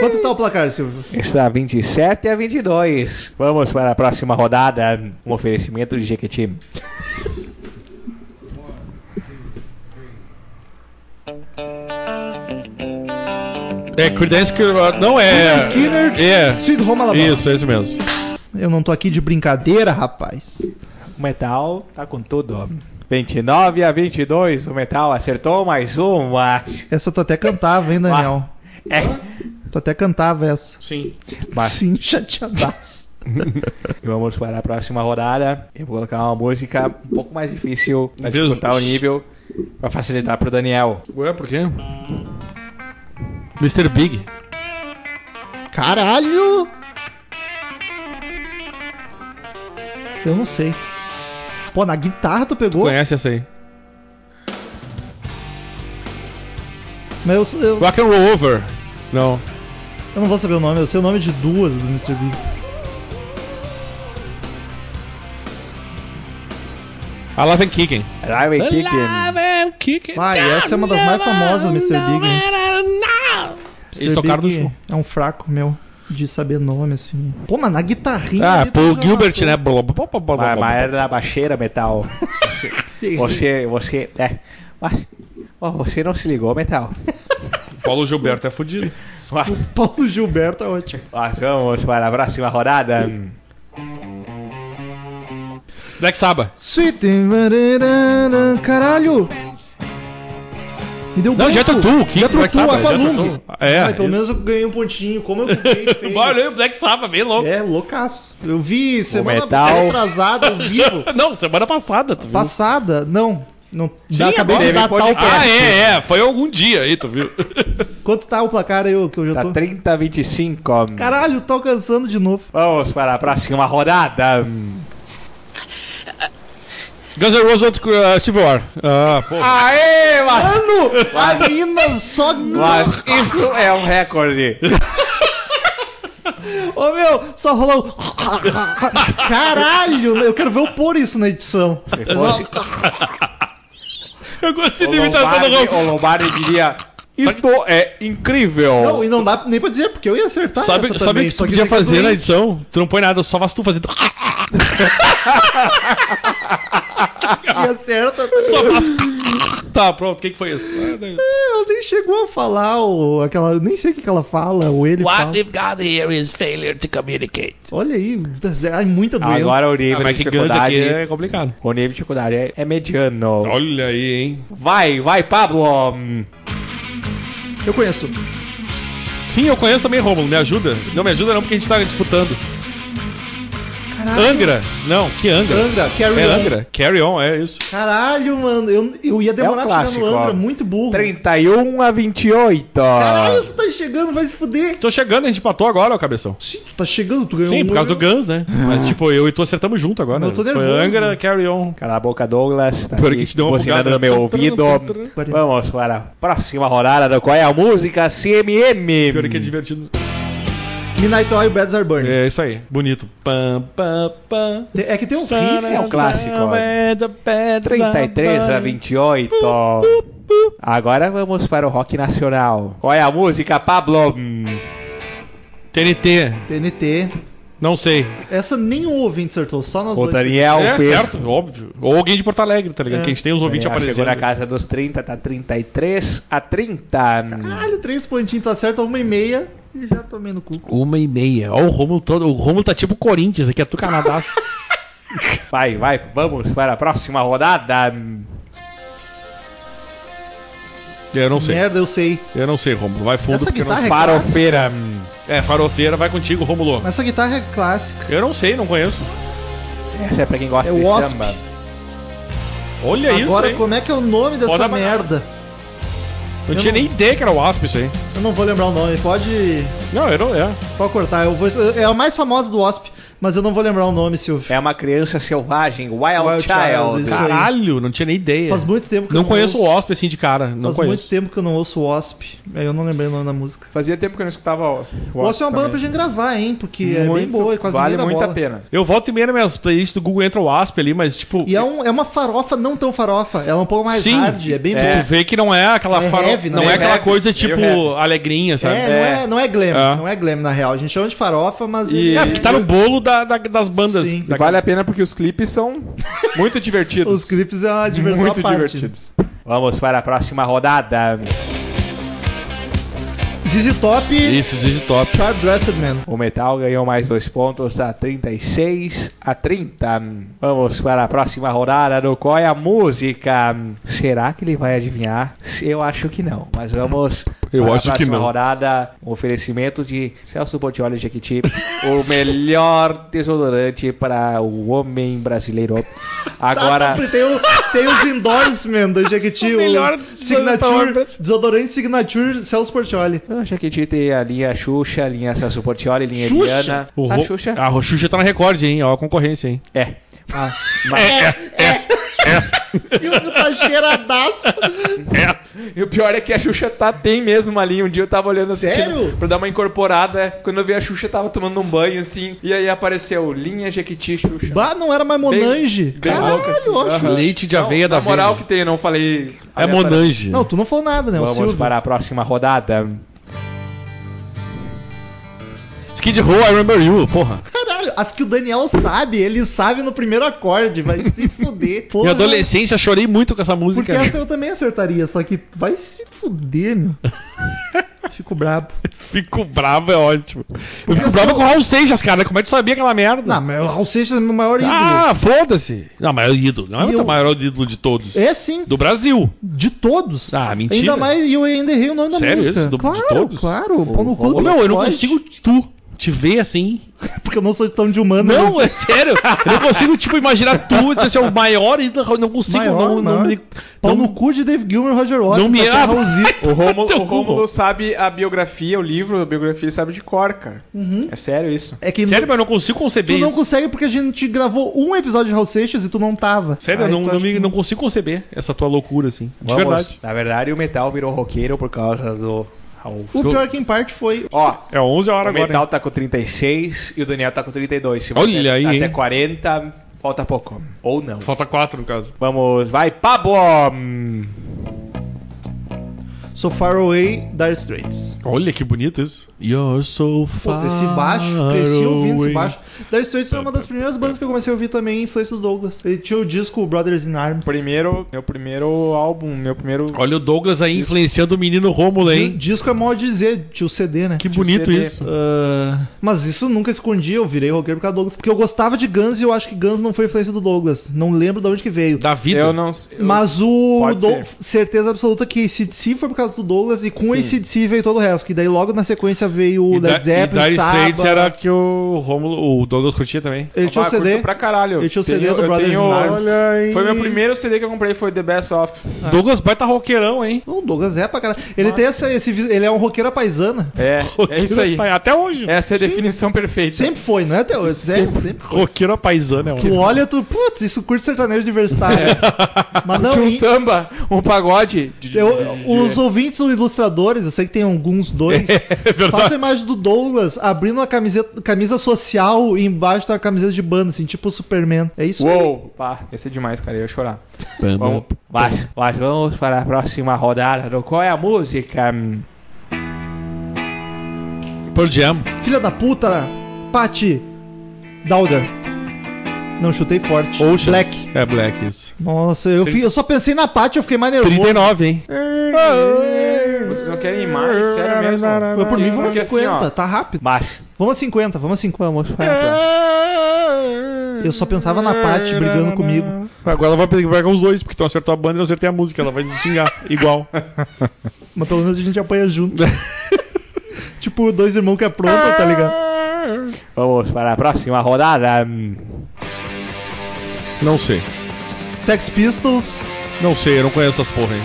Quanto tá o placar, Silvio? Está 27 a 22. Vamos para a próxima rodada. Um oferecimento de Jequiti. É Creedence que não é. Skinner. É. Sweet Home Alabama. Isso, é isso mesmo. Eu não tô aqui de brincadeira, rapaz. O metal tá com tudo. 29 a 22. O metal acertou mais uma. Essa tu até cantava, hein, Daniel? É. Tu até cantava essa. Ah. Sim. Mas- Sim, chateadaço. E Vamos para a próxima rodada. Eu vou colocar uma música um pouco mais difícil para Deus. dificultar o nível, para facilitar para o Daniel. Ué, por quê? Mr. Big. Caralho! Eu não sei. Pô, na guitarra tu pegou? Conhece essa aí? Mas eu, eu, Rock and Roll Over. Não. eu não vou saber o nome, eu sei o nome de duas do Mr. Big. Alive and Kicking. Drive and Kick. and Kicking. Ah, e essa é uma das mais famosas do Mr. Big. é. Né? Mr. Eles tocaram no Big show. É um fraco meu de saber nome, assim. Pô, mas então na guitarrinha. Ah, ali tá tu Paul já Gilbert, matou. né? Blá, blá, blá, blá, blá, blá, Mas blá. mas era da baixeira metal. Você, você, é. Mas, ó, você não se ligou, metal. Paulo Gilberto é fudido. O Paulo Gilberto é ótimo. Mas vamos para a próxima rodada. Black Sabbath. Sweet. Caralho! Me deu Não, branco. Jet Tool. Que Jethro Black Tull, Sabbath. Aqualung. Jethro Tull. É. é Ai, pelo isso. menos eu ganhei um pontinho. Como eu fiquei feio. Bora, né? Black Sabbath, bem louco. É, loucaço. Eu vi semana metal. atrasada, ao vivo. Não, semana passada. Tu viu? Passada? Não. Não, Sim, acabei agora de teve dar tal podcast. Ah, é, é. Foi algum dia aí, tu viu? Quanto tá o placar aí, ô, que eu já Tá tô? 30 a 25. ó. Caralho, tô alcançando de novo. Vamos para a próxima rodada. Guns N' Roses outro uh, Civil War. Ah, pô. Aê, mas Mano, a mina só... mas isso é um recorde. Ô meu, só rolou. um Caralho, eu quero ver eu pôr isso na edição. Se fosse Eu gostei o da imitação do Lombardi, Raul. o Lombardi diria: Isto é incrível. Não, e não dá nem pra dizer, porque eu ia acertar. Sabe, Tá, essa sabe o também, que tu só podia daí que eu fazer na doei. edição? Tu não põe nada, só faz tu fazendo. E acerta. Só faz. Tá, pronto, o que, que foi isso? Ela nem chegou a falar o, aquela. Eu nem sei o que, que ela fala, ou ele fala. we've got here is failure to communicate. Olha aí, é muita doença. Agora o nível Ah, mas de que Guns dificuldade. aqui é complicado. O nível de dificuldade é, é mediano. Olha aí, hein? Vai, vai, Pablo! Eu conheço. Sim, eu conheço também Rômulo, me ajuda. Não me ajuda não, porque a gente tá disputando. Caralho. Angra? Não, que Angra? Ah. Angra, Carry É On. Angra. Carry on, é isso. Caralho, mano. Eu, eu ia demorar É um pra chegar clássico, no Angra, ó. muito burro. 31 a 28. Caralho, tu tá chegando, vai se fuder. Tô chegando, a gente empatou agora, ó, cabeção. Sim, tu tá chegando, tu ganhou Sim, um por causa do Angra. Guns, né? Mas, tipo, eu e tu acertamos junto agora. Eu tô Foi nervoso. Angra, Carry on. Cala a boca, Douglas. Tá Pior aqui que te deu uma buzinando bugada. no meu ouvido. Vamos para a próxima rodada do Qual é a Música CMM. Pior que é divertido. Midnight Oil, Beds Are Burning. É isso aí. Bonito. Pam, pam, pam. Tem- É que tem um né? riff. é um clássico, ó. 33 a 28. Uh! Agora vamos para o rock nacional. Qual é a música, Pablo? TNT. TNT. Não sei. Essa nem o ouvinte acertou, só nós O dois. Daniel É, fez. certo, óbvio. Ou alguém de Porto Alegre, tá É. ligado? Que a gente tem os ouvintes Daniel chegou aparecendo. na casa dos 30, tá 33 a 30. Caralho, três pontinhos, tu acerta uma e meia e já tomei no cu. Uma e meia. Ó, o Romulo todo. O Romulo tá tipo Corinthians aqui, é tu Canadaço. Vai, vai, vamos para a próxima rodada. Tá Eu não sei. Merda, eu sei. Eu não sei, Romulo. Vai fundo Essa porque eu não guitarra é clássica. Farofeira. É, farofeira, vai contigo, Romulo. Mas essa guitarra é clássica. Eu não sei, não conheço. Essa é pra quem gosta É de Wasp. samba. Olha isso, Agora, hein? como é que é o nome dessa Foda pra merda? Não tinha nem ideia que era o Asp isso aí. Eu não vou lembrar o nome, pode, Não, eu não é. pode cortar. Eu vou, é a mais famosa do Wasp, mas eu não vou lembrar o nome, Silvio. É uma criança selvagem, Wild, Wild Child, Child. isso. Caralho, não tinha nem ideia. Faz muito tempo que É. Não eu conheço o ouço. Wasp assim de cara. Não Faz muito conheço. tempo que eu não ouço o Wasp. Aí É, eu não lembrei o nome da música. Fazia tempo que eu não escutava o O Wasp é uma banda pra também. gente gravar, hein? Porque é bem Muito, boa e quase Vale ninguém dá muito bola. a pena. Eu volto e meia nas minhas playlists do Google entra o Asp ali, mas tipo. E é, um- é uma farofa não tão farofa. Ela é um pouco mais Sim. hard, é bem Tu boa. vê que não é aquela É faro- heavy, não né? é aquela Heavy, coisa meio tipo heavy. alegrinha, É, sabe? Não, é, não é glam, É. não é glam na real. A gente chama de farofa, mas. E- É, porque tá no bolo da- da- das bandas. Sim. E vale a pena porque os clipes são muito divertidos. Os clipes é uma diversão muito à parte. divertidos. Vamos para a próxima rodada. ZZ Top, Isso, ZZ Top. Sharp Dressed Man. O Metal ganhou mais dois pontos, a 36 a 30. Vamos para a próxima rodada do Qual é a Música. Será que ele vai adivinhar? Eu acho que não, mas vamos Eu para acho que a próxima não. rodada. Um oferecimento de Celso Portioli e Jequiti, o melhor desodorante para o homem brasileiro. Agora... Tá Ah, tem, o, tem os endorsement da Jequiti, melhor os signature, desodorante signature Celso Portioli. Eu achei que tinha que ter a linha Xuxa, a linha Celso Portioli, a linha É. Eliana. Ah, O a Ro- Xuxa? A Ro- Xuxa tá na Record, hein? Ó, a concorrência, hein? É. Ah, mas- Silvio tá cheiradaço. E o pior é que a Xuxa tá, tem mesmo ali. Um dia eu tava olhando assistindo Sério? pra dar uma incorporada. é. Quando eu vi a Xuxa, tava tomando um banho assim. E aí apareceu Linha Jequiti Xuxa. Bah, não era mais Monange. bem louca, assim. ó, Aham. Xuxa. Leite de Não, aveia da na né? moral Veia. que tem, eu não falei. É Monange. Não, tu não falou nada, né? O Vamos Silvio. para a próxima rodada. Skid Row, I Remember You, porra. Caralho, as que o Daniel sabe, ele sabe no primeiro acorde, vai se fuder. Minha Porra. adolescência, chorei muito com essa Porque música. essa eu também acertaria, só que vai se fuder, meu. Fico brabo. Fico bravo, é ótimo. Eu fico bravo com o Raul Seixas, cara. Como é que tu sabia aquela merda? Não, mas o Raul Seixas é meu maior ídolo. ah, foda-se. Não, maior ídolo. Não é Eu- o maior ídolo de todos. É sim, Do Brasil. de todos. Ah, mentira. Ainda mais, e eu ainda errei o nome da Sério música. isso? Do- de claro, todos? Claro, pau no cu Ô, do meu, eu não Floyd. consigo tu. te ver assim. Porque eu não sou tão de humano. Não, mas- é sério. Eu não consigo, tipo, imaginar tu de ser é o maior e não não consigo. Maior, não, não, maior. me- Pau não- no cu de Dave Gilmer e Roger Waters. Não me- até Ah, Raulzito. O Rômulo, Teu o cu, Rômulo sabe a biografia, o livro, a biografia sabe de cor, cara. É sério isso. É que Sério, mas eu não consigo conceber tu não isso. consegue porque a gente gravou um episódio de Raul Seixas e tu não tava. Sério, eu Aí não, tu não, acha me- que- não consigo conceber essa tua loucura, assim. De Vamos. verdade. Na verdade, o metal virou roqueiro por causa do Raul. O é pior é que em parte foi... Ó, É 11 horas o agora. né? metal tá com 36 e o Daniel tá com 32. Se Olha bater aí, Até hein? 40, falta pouco. Ou não. Falta quatro, no caso. Vamos, vai, Pablo! So Far Away, Dire Straits. Olha que bonito isso. You're Puta, so far esse baixo, cresci ouvindo esse away. baixo. Dire Straits foi uma das primeiras bandas que eu comecei a ouvir também, influência do Douglas. Ele tinha o disco Brothers in Arms. Primeiro, meu primeiro álbum, meu primeiro. Olha o Douglas aí influenciando o menino Rômulo, Di- hein? Disco é mal dizer, tinha o CD, né? Que bonito CD. isso. Ah, mas isso nunca escondi, eu virei roqueiro por causa do Douglas. Porque eu gostava de Guns e eu acho que Guns não foi influência do Douglas. Não lembro de onde que veio. Da É vida. Eu não sei. eu- Mas o. Pode Dou- ser. certeza absoluta que ACDC foi por causa do Douglas e com ACDC veio todo o resto. Que daí logo na sequência veio o E da- Led Zeppelin. e Dire Straits Saba. era que o Rômulo, o Douglas curtia também. Ele tinha o Ah, curto CD. pra caralho. Ele tinha o Tenho- CD do eu Brothers tenho- in Arms. aí. Foi meu primeiro CD que eu comprei, foi The Best Of. Douglas baita roqueirão, hein? O Douglas é pra caralho. Ele tem essa, esse. vi- Ele é um roqueiro à paisana. É, é isso aí. Até hoje. Essa é a definição perfeita. Sempre foi, não é até hoje? Sempre, sempre. foi. Roqueiro paisano é Tu um. olha, tu. Putz, isso curte sertanejo universitário. Mas não. Tinha É. um em- samba, um pagode. eu- os ouvintes ou ilustradores, eu sei que tem alguns dois. É, Faça a imagem do Douglas abrindo uma camiseta, camisa social e embaixo tá uma camiseta de banda, assim, tipo o Superman. É isso? aí. Uou, pá, esse é demais, cara, eu ia chorar. Vamos. Vai, vai, vamos para a próxima rodada do Qual é a Música? Pearl Jam. Filha da puta, Patti Dauder. Não, chutei forte. Oceans. Black. É Black, isso. Nossa, eu, fi- eu só pensei na Patti, eu fiquei mais nervoso. 39, hein? Vocês não querem mais, sério mesmo? Foi por mim, vamos Porque a assim, 50, ó. tá rápido. Mas, Vamos a 50, vamos a 50. vamos para a Eu só pensava na Paty brigando comigo. Agora vai pegar os dois, porque tu acertou a banda e eu acertei a música. Ela vai nos xingar. Igual. Mas pelo menos a gente apanha junto. tipo, dois irmãos que aprontam, tá ligado? próxima. Vamos para a próxima rodada. Não sei. Sex Pistols, Não sei, eu não conheço essas porra aí.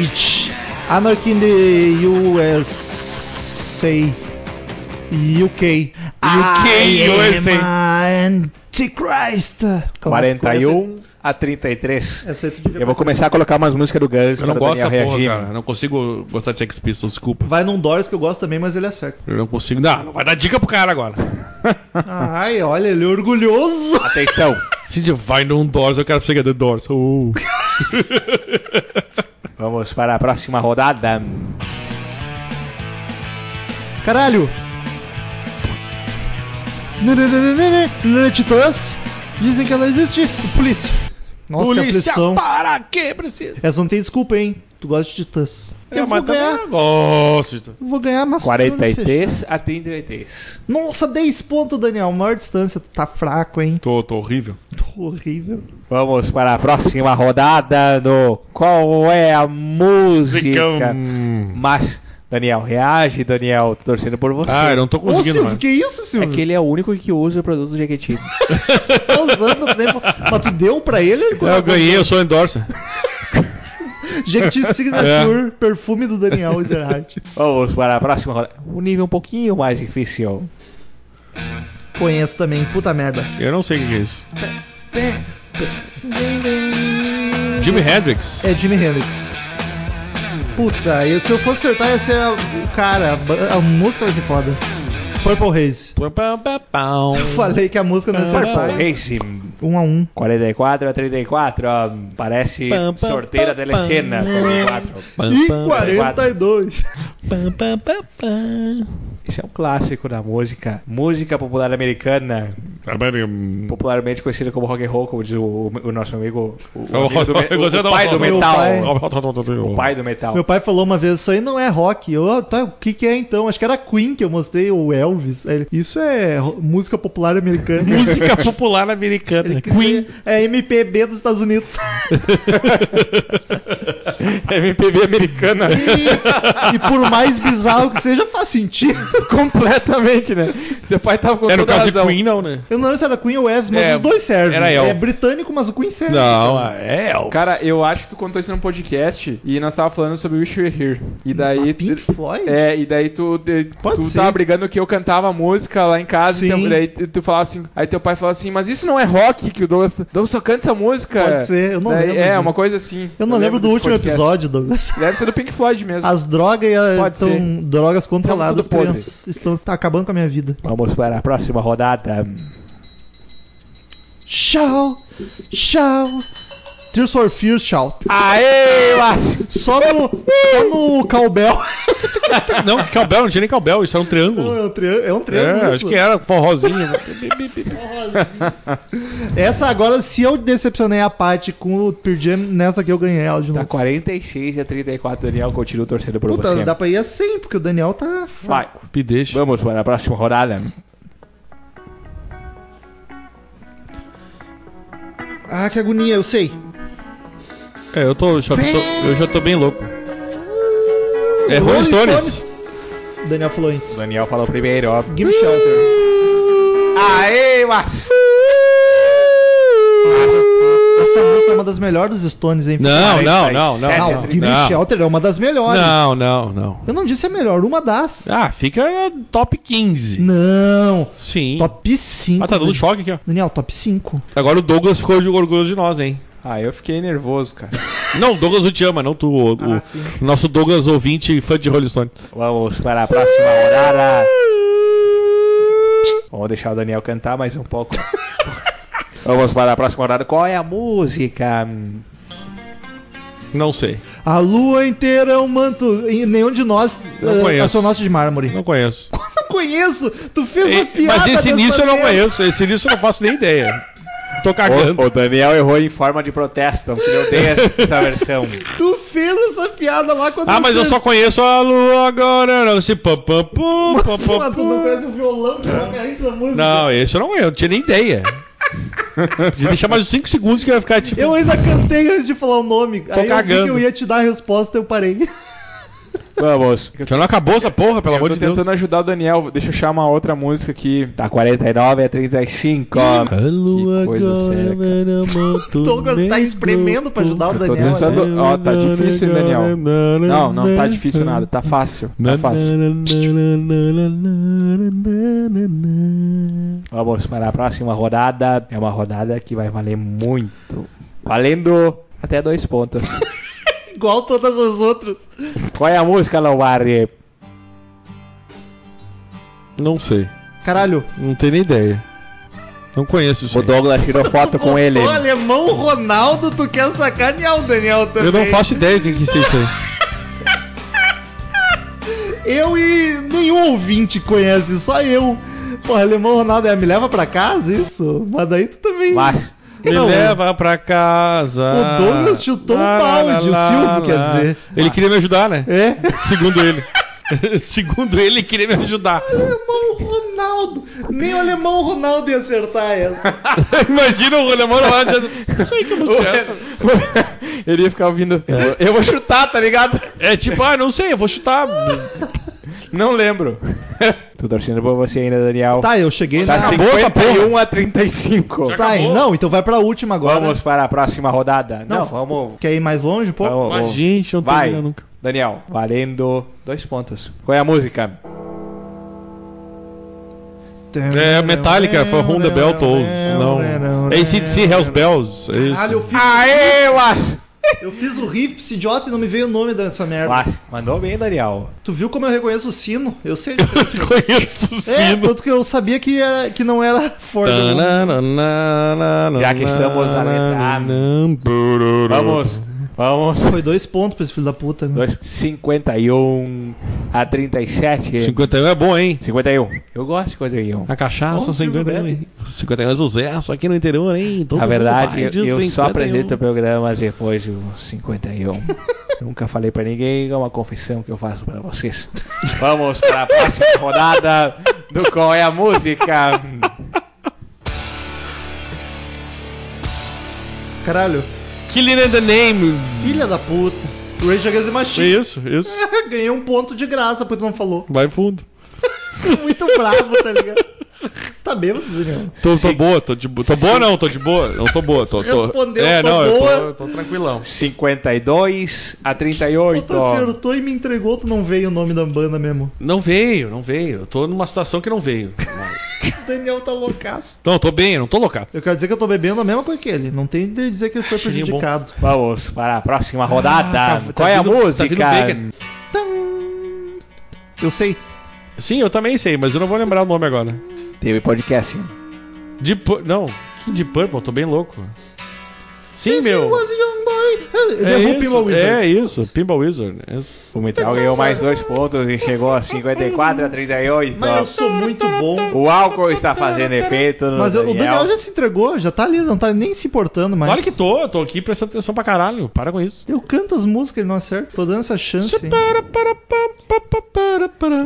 Right. Anarchy in the USA. UK. UK, USA. Antichrist. 41 a 33. Essa aí tu devia um. Eu vou começar a colocar umas músicas do Guns Eu não para o gosto Daniel dessa porra, reagir. cara. é Eu não consigo gostar de Sex Pistols, desculpa. Vai num Doris que eu gosto também, mas ele é acerta. Eu não consigo. Não, não vai dar dica pro cara agora. Ah. Ai, olha, ele é orgulhoso. Atenção. Se você vai num Doors, eu quero chegar do Doors. Uh. Vamos para a próxima rodada. Caralho! Nananana, nanana, Titãs dizem que ela existe. Polícia. Nossa, que Polícia, aflição. para que precisa? Essa não tem desculpa, hein? Tu gosta de Titãs. eu vou ganhar, É, também gosto. eu vou ganhar, mas... 43 a 33. Nossa, 10 pontos, Daniel. Maior distância. Tu tá fraco, hein? Tô, tô horrível. Tô horrível. Vamos para a próxima rodada do Qual é a Música? Mas, Daniel, reage, Daniel. Tô torcendo por você. Ah, eu não tô Ô, conseguindo, Silvio, mano. que isso, É Silvio? que ele é o único que usa o produto do Jequiti. Tá usando o tempo. Mas tu deu pra ele? Eu ganhei, eu sou endorser. Gente, Signature, É. perfume do Daniel Ezerhardt. Vamos para a próxima rodada. Um nível um pouquinho mais difícil. Conheço também, puta merda. Eu não sei o que que é isso. Jimi Hendrix. É Jimi Hendrix. Puta, e se eu fosse acertar, ia ser a- o cara, a, ba- a música vai ser foda. Purple Haze. Pum, pum, pum, pum. Eu falei que a música não ia acertar. Purple Racing. Um a um. 44 a 34, ó, parece Pam, pam, sorteio da pam, telecena. 44. Pam, E pam, 42. pam, pam, pam, pam. Esse é um clássico da música, música popular americana. popularmente conhecida como rock and roll, como diz o, o nosso amigo, o, o Eu amigo do me- eu gostei o da- pai do um Meu metal. pai. O pai do metal. Meu pai falou uma vez, isso aí não é rock. Eu, "Ah, tá, o que que é então? Acho que era Queen que eu mostrei, o Elvis. Aí ele, isso é ro- música popular americana. Música popular americana. Queen. É MPB dos Estados Unidos. MPB americana. E, e por mais bizarro que seja, faz sentido. Completamente, né? Meu pai tava com Era o toda É, caso de razão. Queen, não, né? Eu não lembro se era Queen ou Elvis, mas É, os dois servem. era É Elvis. britânico, mas o Queen serve. Não, é Elvis. Cara, eu acho que tu contou isso num podcast e nós tava falando sobre Wish You Were Here. E daí. Ah, Pink Floyd? É, e daí tu, de- Pode tu ser. tava brigando que eu cantava música lá em casa, Sim. então daí tu tu falava assim, aí teu pai falava assim, mas isso não é rock que o Douglas, Douglas só canta essa música. Pode ser, eu não Daí- lembro É, disso. uma coisa assim. Eu não lembro, do desse último podcast. episódio, Douglas. Deve ser do Pink Floyd mesmo. As drogas Pode estão. Drogas controladas. Tamo tudo podre. crianças, Estão tá acabando com a minha vida. Vamos para a próxima rodada. Tchau! Tchau! Tears for Fears, tchau. Aê, Márcio! Só no. só no Calbel. Não, Calbel, não tinha nem Calbel, isso era um triângulo. É um triângulo. É um triângulo É, isso. acho que era forrozinho. Essa agora, se eu decepcionei a Paty com o Pearl Jam, nessa aqui eu ganhei ela de Tá novo. 46 a 34, Daniel. Continuo torcendo por Puta, você. dá pra ir a 100, porque o Daniel tá. Vai, Me deixa. vamos para a próxima rodada. Ah, que agonia, eu sei. É, eu tô, já tô- eu já tô bem louco. É Rolling Rolling Stones. O Daniel falou antes. Daniel falou primeiro, ó. Give Shelter. Aê, Márcio! Essa música é uma das melhores dos Stones, hein? Não, não, não, Não, não. Give Me Não. Shelter é uma das melhores. Não, não, não. Eu não disse a melhor, uma das. Ah, fica no top 15. Não. Sim. Top 5. Ah, tá dando Daniel. choque aqui, ó. Daniel, top 5. Agora o Douglas ficou de orgulho de nós, hein? Ah, eu fiquei nervoso, cara. Não, o Douglas o te ama, não tu. O, o- o nosso Douglas ouvinte e fã de Rolling Stone. Vamos para a próxima rodada. Vamos deixar o Daniel cantar mais um pouco. Vamos para a próxima rodada. Qual é a música? Não sei. A lua inteira é um manto. E nenhum de nós Não eh, conheço. é o nosso de mármore. Não conheço. Não conheço! Tu fez E- a piada. mas esse dessa início eu não vez. conheço. Esse início eu não faço nem ideia. Tô cagando. O, o Daniel errou em forma de protesto, porque ele odeia essa versão. Tu fez essa piada lá quando Ah, mas eu você- só conheço a lua agora. Não, esse pam, pam, pum, pam, pam, Pô, tu não pum. conhece o violão que toca antes da música. Não, esse eu não conheço. Não tinha nem ideia. Podia deixar mais uns 5 segundos que eu ia ficar tipo. Eu ainda cantei antes de falar o nome. Aí eu vi cagando. que eu ia te dar a resposta eu parei. Vamos. Já não acabou essa porra, pelo eu amor tô de Deus. tentando ajudar o Daniel. Deixa eu achar uma outra música aqui. Tá 49 a 35. Que coisa séria, cara. O Douglas tá espremendo pra ajudar o Eu tô Daniel. né? tentando. Ó, tá difícil, hein, Daniel. Não, não tá difícil nada. Tá fácil. Tá fácil. Vamos para a próxima rodada. É uma rodada que vai valer muito. Valendo até dois pontos. Igual todas as outras. Qual é a música, Lombardi? Não sei. Caralho. Não tenho nem ideia. Não conheço isso. O aí. Douglas tirou foto com ele. O alemão Ronaldo, tu quer sacanear o Daniel também. Eu não faço ideia do que que é isso aí. Eu e nenhum ouvinte conhece, só eu. Porra, alemão Ronaldo, é, me leva pra casa isso? Mas daí tu também... Mas, Me Não, leva pra casa. O Douglas chutou um balde, o Silvio, quer dizer. Ele queria me ajudar, né? É? Segundo ele. Segundo ele, ele queria me ajudar. Alemão Ronaldo. Nem o alemão Ronaldo ia acertar essa. Imagina o alemão lá dizendo. é Ele ia ficar ouvindo. Eu, eu vou chutar, tá ligado? É tipo, ah, não sei, eu vou chutar. Não lembro. tô torcendo por você ainda, Daniel. Tá, eu cheguei Tá na... acabou essa 51 a 35. Tá, acabou. não, então vai pra última agora. Vamos para a próxima rodada. tá, né? Não, Não, vamos. Quer ir mais longe, pô? vamos- Mas, gente, eu não Vai. termino nunca. Daniel, valendo dois pontos. Qual é a música? É, Metallica, foi Honda Bell Tolls. Não. É ACDC, Hells Bells. É Caralho, eu isso. fiz, Aê, Wash! eu fiz o riff pra esse idiota e não me veio o nome dessa merda. Mandou bem, Daniel. Tu viu como eu reconheço o sino? Eu sei. É, Conheço o sino. tanto que eu sabia que, era, que não era Ford. Já Já que estamos na metade. Vamos. Vamos. Foi dois pontos pra esse filho da puta. né? Dois- 51 a 37. 51 é bom, hein? 51. Eu gosto de 51. A cachaça, Ô, Silvio 51. bebe. hein? 51 é sucesso aqui no interior, hein? Todo Na mundo verdade, vai de eu, eu 51. só apresento programas depois do 51. Nunca falei pra ninguém, é uma confissão que eu faço pra vocês. Vamos pra próxima rodada do Qual é a Música. Caralho. Killing in the Name. Filha da puta. Rage Against the Machine. Isso, isso. Ganhei um ponto de graça porque tu não falou. Vai fundo. Muito bravo, tá ligado? Você Tá bêbado, Juliano? Tô, tô boa, tô de boa. Tô boa não, tô de boa. Não tô boa, tô. tô... Respondeu, é, tô não, eu boa. tô, tô tranquilão. 52 a Puta, 38. você acertou e me entregou, tu não veio o nome da banda mesmo. Não veio, não veio. Eu tô numa situação que não veio. O Daniel tá loucaço. Não, eu tô bem, eu não tô locado. Eu quero dizer que eu tô bebendo a mesma coisa que ele. Não tem de dizer que ele foi Cheirinho bom. prejudicado. Vamos para a próxima rodada. tá- tá Qual é a vindo- tá música? vindo Eu sei. Sim, eu também sei, mas eu não vou lembrar o nome agora. Teve podcast. Deep Purple. Não, que Deep Purple? Eu tô bem louco. Sim, meu. É Derruba o Pinball isso, Wizard. é isso, Pinball Wizard. é isso. O Metal ganhou mais dois pontos e chegou a 54 a 38. Mas eu sou muito bom. O álcool está fazendo efeito no Mas eu- o Daniel. Daniel já se entregou, já tá ali, não tá nem se importando mais. Claro que tô, tô aqui prestando atenção pra caralho. Para com isso. Eu canto as músicas, ele não acerta. Tô dando essa chance. hein?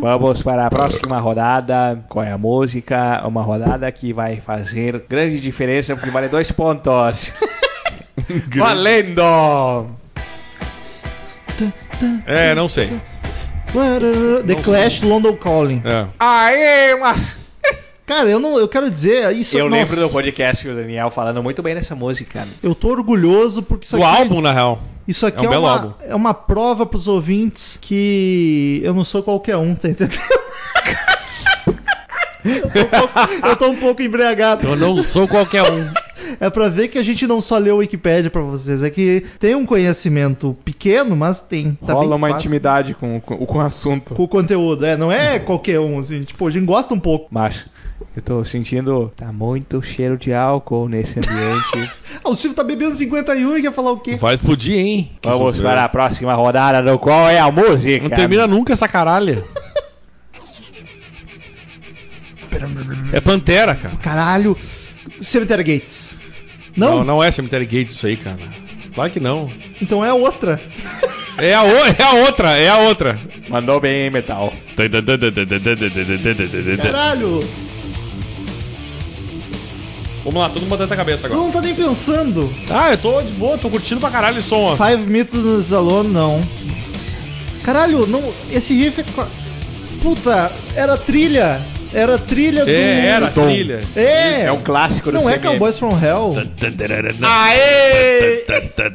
Vamos para a próxima rodada. Qual é a música? Uma rodada que vai fazer grande diferença porque vale dois pontos. Valendo! É, não sei. The Clash, London Calling. É. Aê, mas... Cara, eu não, eu quero dizer isso. é Eu nossa, lembro do podcast do Daniel falando muito bem dessa música. Eu tô orgulhoso porque isso O aqui, é- álbum, na real. isso aqui é é, um belo uma, álbum. é uma prova pros ouvintes que eu não sou qualquer um, tá entendendo? Eu tô um pouco- Eu tô um pouco embriagado. Eu não sou qualquer um. É pra ver que a gente não só leu Wikipédia pra vocês. É que tem um conhecimento pequeno, mas tem. Tá Rola bem uma fácil. intimidade com, com, com o assunto. Com o conteúdo. É, não é qualquer um, assim. Tipo, a gente gosta um pouco. Mas eu tô sentindo. Tá muito cheiro de álcool nesse ambiente. Ah, o Silvio tá bebendo 51 e quer falar o quê? Vai explodir, hein? Que Vamos sucesso. para a próxima rodada do qual é a música. Não termina nunca essa caralha. É Pantera, cara. Caralho. Cemetery Gates. Não? Não, não é Cemetery Gates isso aí, cara. Claro que não. Então é outra. É a, o- é a outra, é a outra. Mandou bem, Metal. Caralho. Vamos lá, todo mundo batendo a cabeça Tu agora. não tá nem pensando. Ah, eu tô de boa, tô curtindo pra caralho esse som. ó. Five Minutes Alone, não. Caralho, não. Esse riff é. qua- Puta, era trilha. Era trilha do. É, era a trilha. É. É um clássico do Não é CMM. Cowboys from Hell. Aê! né?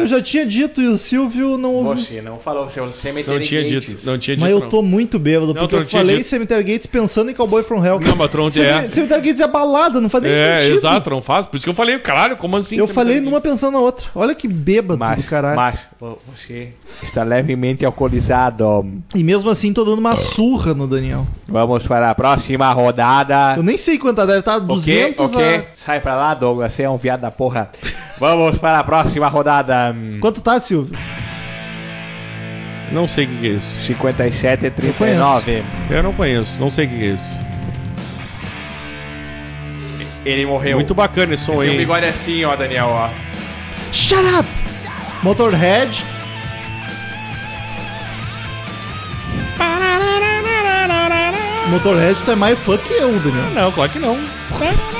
Eu já tinha dito e o Silvio não ouviu. Você não falou, você é um cemitério. Não tinha dito, não tinha dito. Mas eu não. tô muito bêbado, porque tu não eu tinha falei dito. Cemetery Gates pensando em Cowboy from Hell. Não, mas tu não Cem- é. Cemetery Gates é balada, não faz nem É, sentido. exato, não faz. Por isso que eu falei, caralho, como assim? Eu Cemetery falei Gates? numa pensando na outra. Olha que bêbado do Mas, caralho. mas, vo- você está levemente alcoolizado. E mesmo assim tô dando uma surra no Daniel. Vamos para a próxima rodada. Eu nem sei quanta deve estar, O quê? 200 O quê? a... Sai pra lá, Douglas, você é um viado da porra. Vamos para a próxima rodada. Quanto tá, Silvio? Não sei o que que é isso. 57 e 39. Eu não conheço, não sei o que que é isso. Ele morreu. Muito bacana esse som Tem um aí. é bigode assim, ó, Daniel, ó. Shut up! Motorhead. Motorhead tá mais fã que eu, Daniel. Não, claro que não.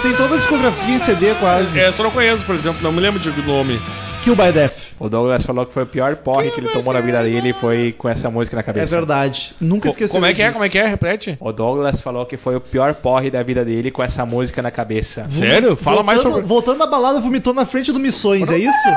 Tem toda a discografia em CD quase. Essa eu não conheço, por exemplo, não me lembro de nome. Kill by Death. O Douglas falou que foi o pior porre que ele tomou na vida dele foi com essa música na É cabeça. verdade. Nunca esqueci. como é que é? Como é que é? Repete. O Douglas falou que foi o pior porre da vida dele com essa música na cabeça. Sério? Fala mais sobre. Voltando à balada, vomitou na frente do Missões, é isso?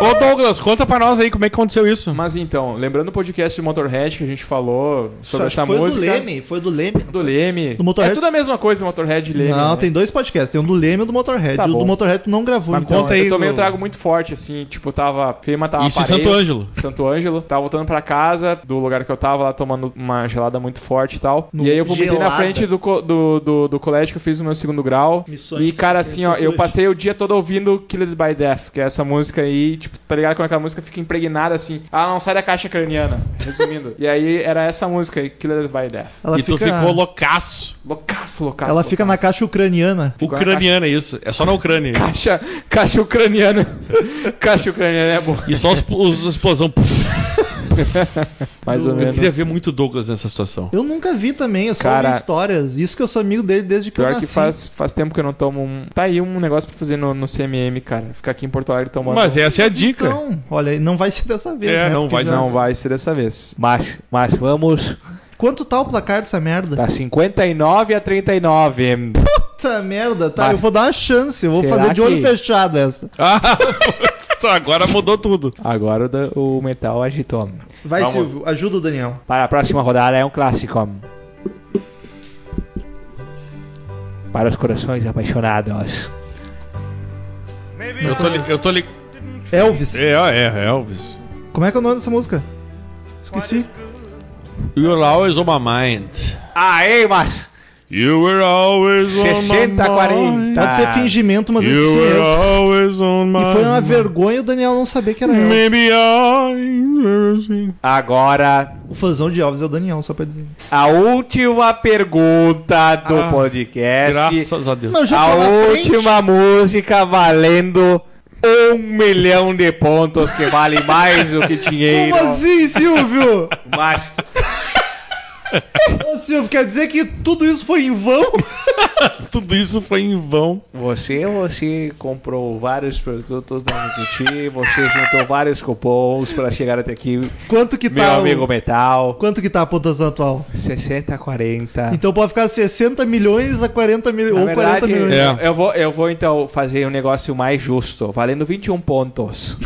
Ô Douglas, conta pra nós aí como é que aconteceu isso. Mas então, lembrando o podcast do Motorhead que a gente falou sobre Acho essa que foi música. do Leme, foi do Leme. Do Leme. Do Motorhead. É tudo a mesma coisa, Motorhead e Leme. não, né? tem dois podcasts, tem um do Leme e um do Motorhead. Tá o bom. do Motorhead tu não gravou, Mas então. conta aí. Eu tomei um do- trago muito forte, assim, tipo, tava. Fema Tá, tava Isso em parelho. Santo Ângelo. Santo Ângelo. Tava voltando pra casa do lugar que eu tava lá tomando uma gelada muito forte e tal. No- e aí eu vomitei na gelada. frente do, co- do, do, do colégio que eu fiz no meu segundo grau. Missões e, cara, assim, ó, Santo eu Ângelo. passei o dia todo ouvindo Killed by Death, que é essa música aí, tipo, Tipo, tá ligado? Quando aquela música fica impregnada assim. Ah, não sai da caixa craniana. Resumindo. e aí era essa música aí, Killer by Death. Ela e tu ficou loucaço. Loucaço, loucaço. Ela fica na loucaço. caixa ucraniana. Ficou na Ucraniana, isso. É só na Ucrânia. Caixa, caixa ucraniana. caixa ucraniana é bom. E só os, os explosão. Mais ou Eu, menos. queria ver muito Douglas nessa situação. Eu nunca vi também, eu só Cara- ouvi histórias. Isso que eu sou amigo dele desde que eu Pior nasci. que faz, faz tempo que eu não tomo um. Tá aí um negócio pra fazer no, no CMM, cara. Ficar aqui em Porto Alegre tomando. Mas essa é a dica. Então, olha, não vai ser dessa vez, É, né? não Porque vai já- Não vai ser dessa vez. Mas, mas vamos. Quanto tá o placar dessa merda? Tá 59 a 39. Puta merda, tá, Vai. eu vou dar uma chance, eu vou Será fazer de olho que- fechado essa. Ah, tá, agora mudou tudo. Agora o da- o, metal agitou. Vai, Silvio, ajuda o Daniel. Para a próxima rodada é um clássico. Para os corações apaixonados. Eu tô, li- eu tô li- Elvis. É, é, Elvis. Como é que é o nome dessa música? Esqueci. You're always on my mind. Aê, mas You were always on my 60 a 40. Pode ser fingimento, mas eu You were esqueci. always on my E foi uma né? vergonha o Daniel não saber que era Elvis. Maybe I... Agora O fãzão de Elvis é o Daniel, só pra dizer. a última pergunta do É, podcast. Graças a Deus. Mas Ah, eu já A tô na frente. última música valendo um milhão de pontos, que vale mais do que dinheiro. Como assim, Silvio? Mas Ô, Silvio, quer dizer que tudo isso foi em vão? Tudo isso foi em vão. você, você comprou vários produtos da Nikiti, você juntou vários cupons para chegar até aqui. Quanto que Meu tá? o- amigo metal, Quanto que tá a pontuação atual? 60 40. Então pode ficar 60 milhões a 40 É. milhões. Na Ou 40 verdade, milhões. É. eu, vou, eu vou então fazer um negócio mais justo, valendo 21 pontos.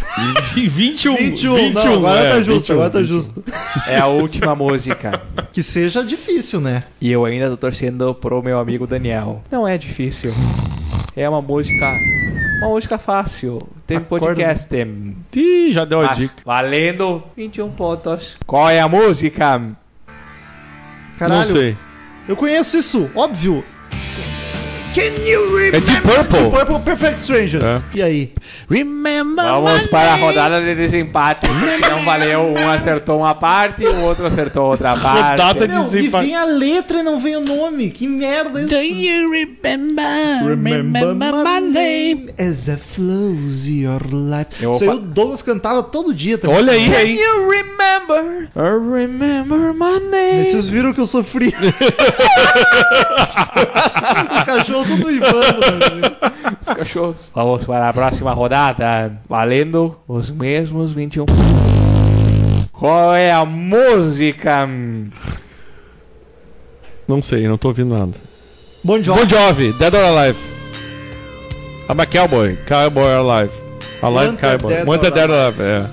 E 21. 21, não, agora é, tá justo, agora tá justo. É a última música. Que seja difícil, né? E eu ainda tô torcendo pro meu amigo Daniel. Não é difícil. É uma música. Uma música fácil. Tem Acorda. podcast. Ih, já deu a Ah, dica. Valendo 21 pontos. Qual é a música? Caralho, Não sei. eu conheço isso, óbvio. É de tipo- Purple. Purple Perfect Stranger. É. E aí? Vamos para a rodada de desempate. porque Não valeu. Um acertou uma parte, o outro acertou outra parte. Rodada de Não, e desempate. vem a letra e não vem o nome. Que merda é isso. Do you remember? as I flows your life. Eu vou Isso aí fa- o Douglas cantava todo dia também. Olha aí, aí. You remember, I remember my name. Vocês viram que eu sofri. Os cachorros tudo invando. Os cachorros. Vamos para a próxima rodada. Valendo os mesmos 21 Qual é a música? Não sei, não tô ouvindo nada. Bom job. Bon Jovi, Dead or Alive. I'm a cowboy. Cowboy Alive. Alive Wanted Cowboy. Dead Wanted or Dead or Alive, é.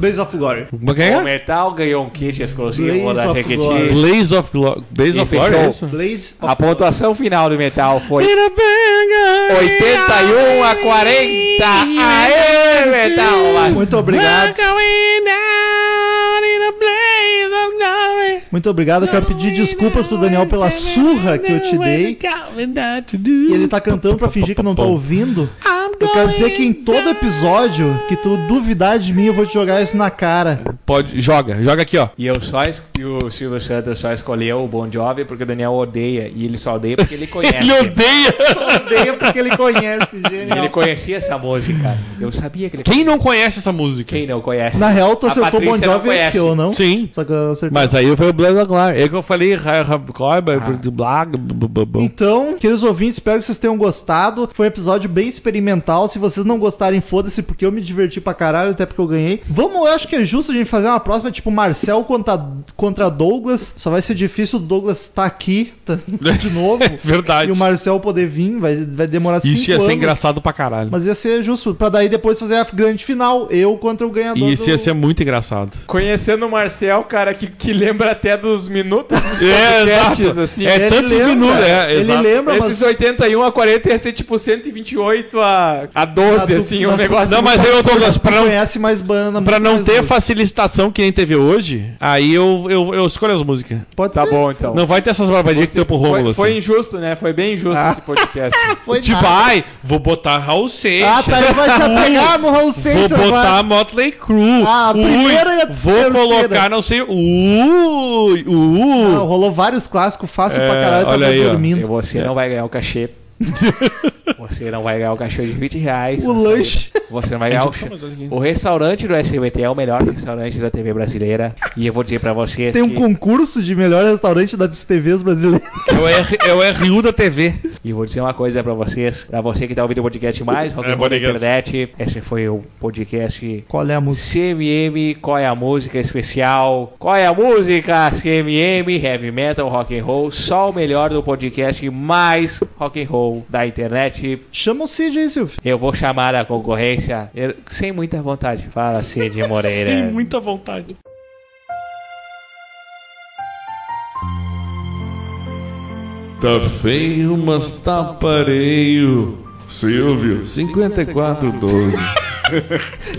Base of Glory. Como é que O é? metal ganhou um kit exclusivo Blaze da of Jequiti. Glory. Blaze of Glory. Blaze E of Glory? fechou. é isso? Blaze of A pontuação final do metal foi 81 a 40. Aê, metal! Ah. Mas Muito obrigado. Muito obrigado. Eu quero pedir desculpas pro Daniel pela surra que eu te dei. E ele tá cantando pra fingir que não tá ouvindo. Eu quero dizer que em todo episódio que tu duvidar de mim, eu vou te jogar isso na cara. Pode, joga, joga aqui, ó. E eu só es- e o Silvio Santos só escolheu o Bon Jovi porque o Daniel odeia. E ele só odeia porque ele conhece. Ele odeia. Odeia porque ele conhece, E ele genial. conhecia essa música. Eu sabia que ele Quem não conhece essa música? Quem não conhece? Na real, tu A acertou Patrícia Bon não Jovi antes conhece. que eu, não? Sim. Só que eu acertei. Mas aí foi o Blaze of Glory. É que eu falei. ra- ra- Cowboy, blá, blá, blá, blá. Então, queridos ouvintes, espero que vocês tenham gostado. Foi um episódio bem experimental. Se vocês não gostarem, foda-se, porque eu me diverti pra caralho, até porque eu ganhei. Vamos, eu acho que é justo a gente fazer uma próxima, tipo Marcel contra, contra Douglas. Só vai ser difícil o Douglas estar aqui tá- de novo. Verdade. E o Marcel poder vir, vai, vai demorar cinco Isso ia anos. né? ser engraçado pra caralho. Mas ia ser justo, pra daí depois fazer a grande final. Eu contra o ganhador. E isso ia do- ser muito engraçado. Conhecendo o Marcel, cara, que, que lembra até dos minutos dos É, podcasts, exato. assim. É Ele tantos lembra, minutos. É, Ele exato. um lembra, mas Esses 81 a 40 ia ser tipo 128 a a, a 12, A du- assim, um das- negócio. Não, mas aí eu, Douglas, pra não, Conhece mais banda. pra não mais ter música. facilitação que nem teve hoje, aí eu, eu, eu escolho as músicas. Pode Tá ser. bom, então. Não vai ter essas barbadinhas que deu pro Rômulo, foi, foi assim. Ah. injusto, né? Foi bem injusto esse podcast. Foi Tipo, nada. ai, vou botar Raul Ah, Seixas. tá. Ele vai se apegar no Raul Vou Seixas botar agora. Motley Crue. Ah, a Ui, primeira e a Vou terceira. colocar, não sei. Ui, ui. Não, rolou vários clássicos, fácil pra É, caralho, olha tava aí, ó. E dormindo. você não vai ganhar o cachê. Você não vai ganhar o cachê de 20 reais. O Você- lanche. É Você não vai ganhar o O restaurante do SBT é o melhor restaurante da TV brasileira. E eu vou dizer pra vocês Tem um que... concurso de melhor restaurante das TVs brasileiras. É o, R, é o RU da TV. E vou dizer uma coisa pra vocês. Pra você que tá ouvindo o podcast mais, rock É, and roll na podcast. internet. Esse foi o podcast... um Qual é a música? CMM, qual é a música especial? Qual é a música? CMM, heavy metal, rock and roll, só o melhor do podcast mais rock and roll da internet. Chama o Cid aí, Silvio. Eu vou chamar a concorrência eu- sem muita vontade. Fala, Cid Moreira. Tem muita vontade. Tá feio, mas tá pareio. Silvio, 5412.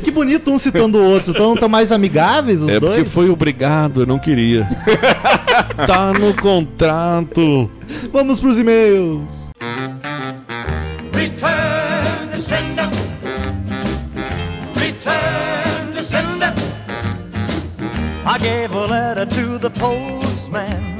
Que bonito um citando o outro. Então estão mais amigáveis os É porque dois? foi obrigado, eu não queria. tá no contrato. Vamos pros e-mails. Return to sender. Return to sender. I gave a letter to the postman.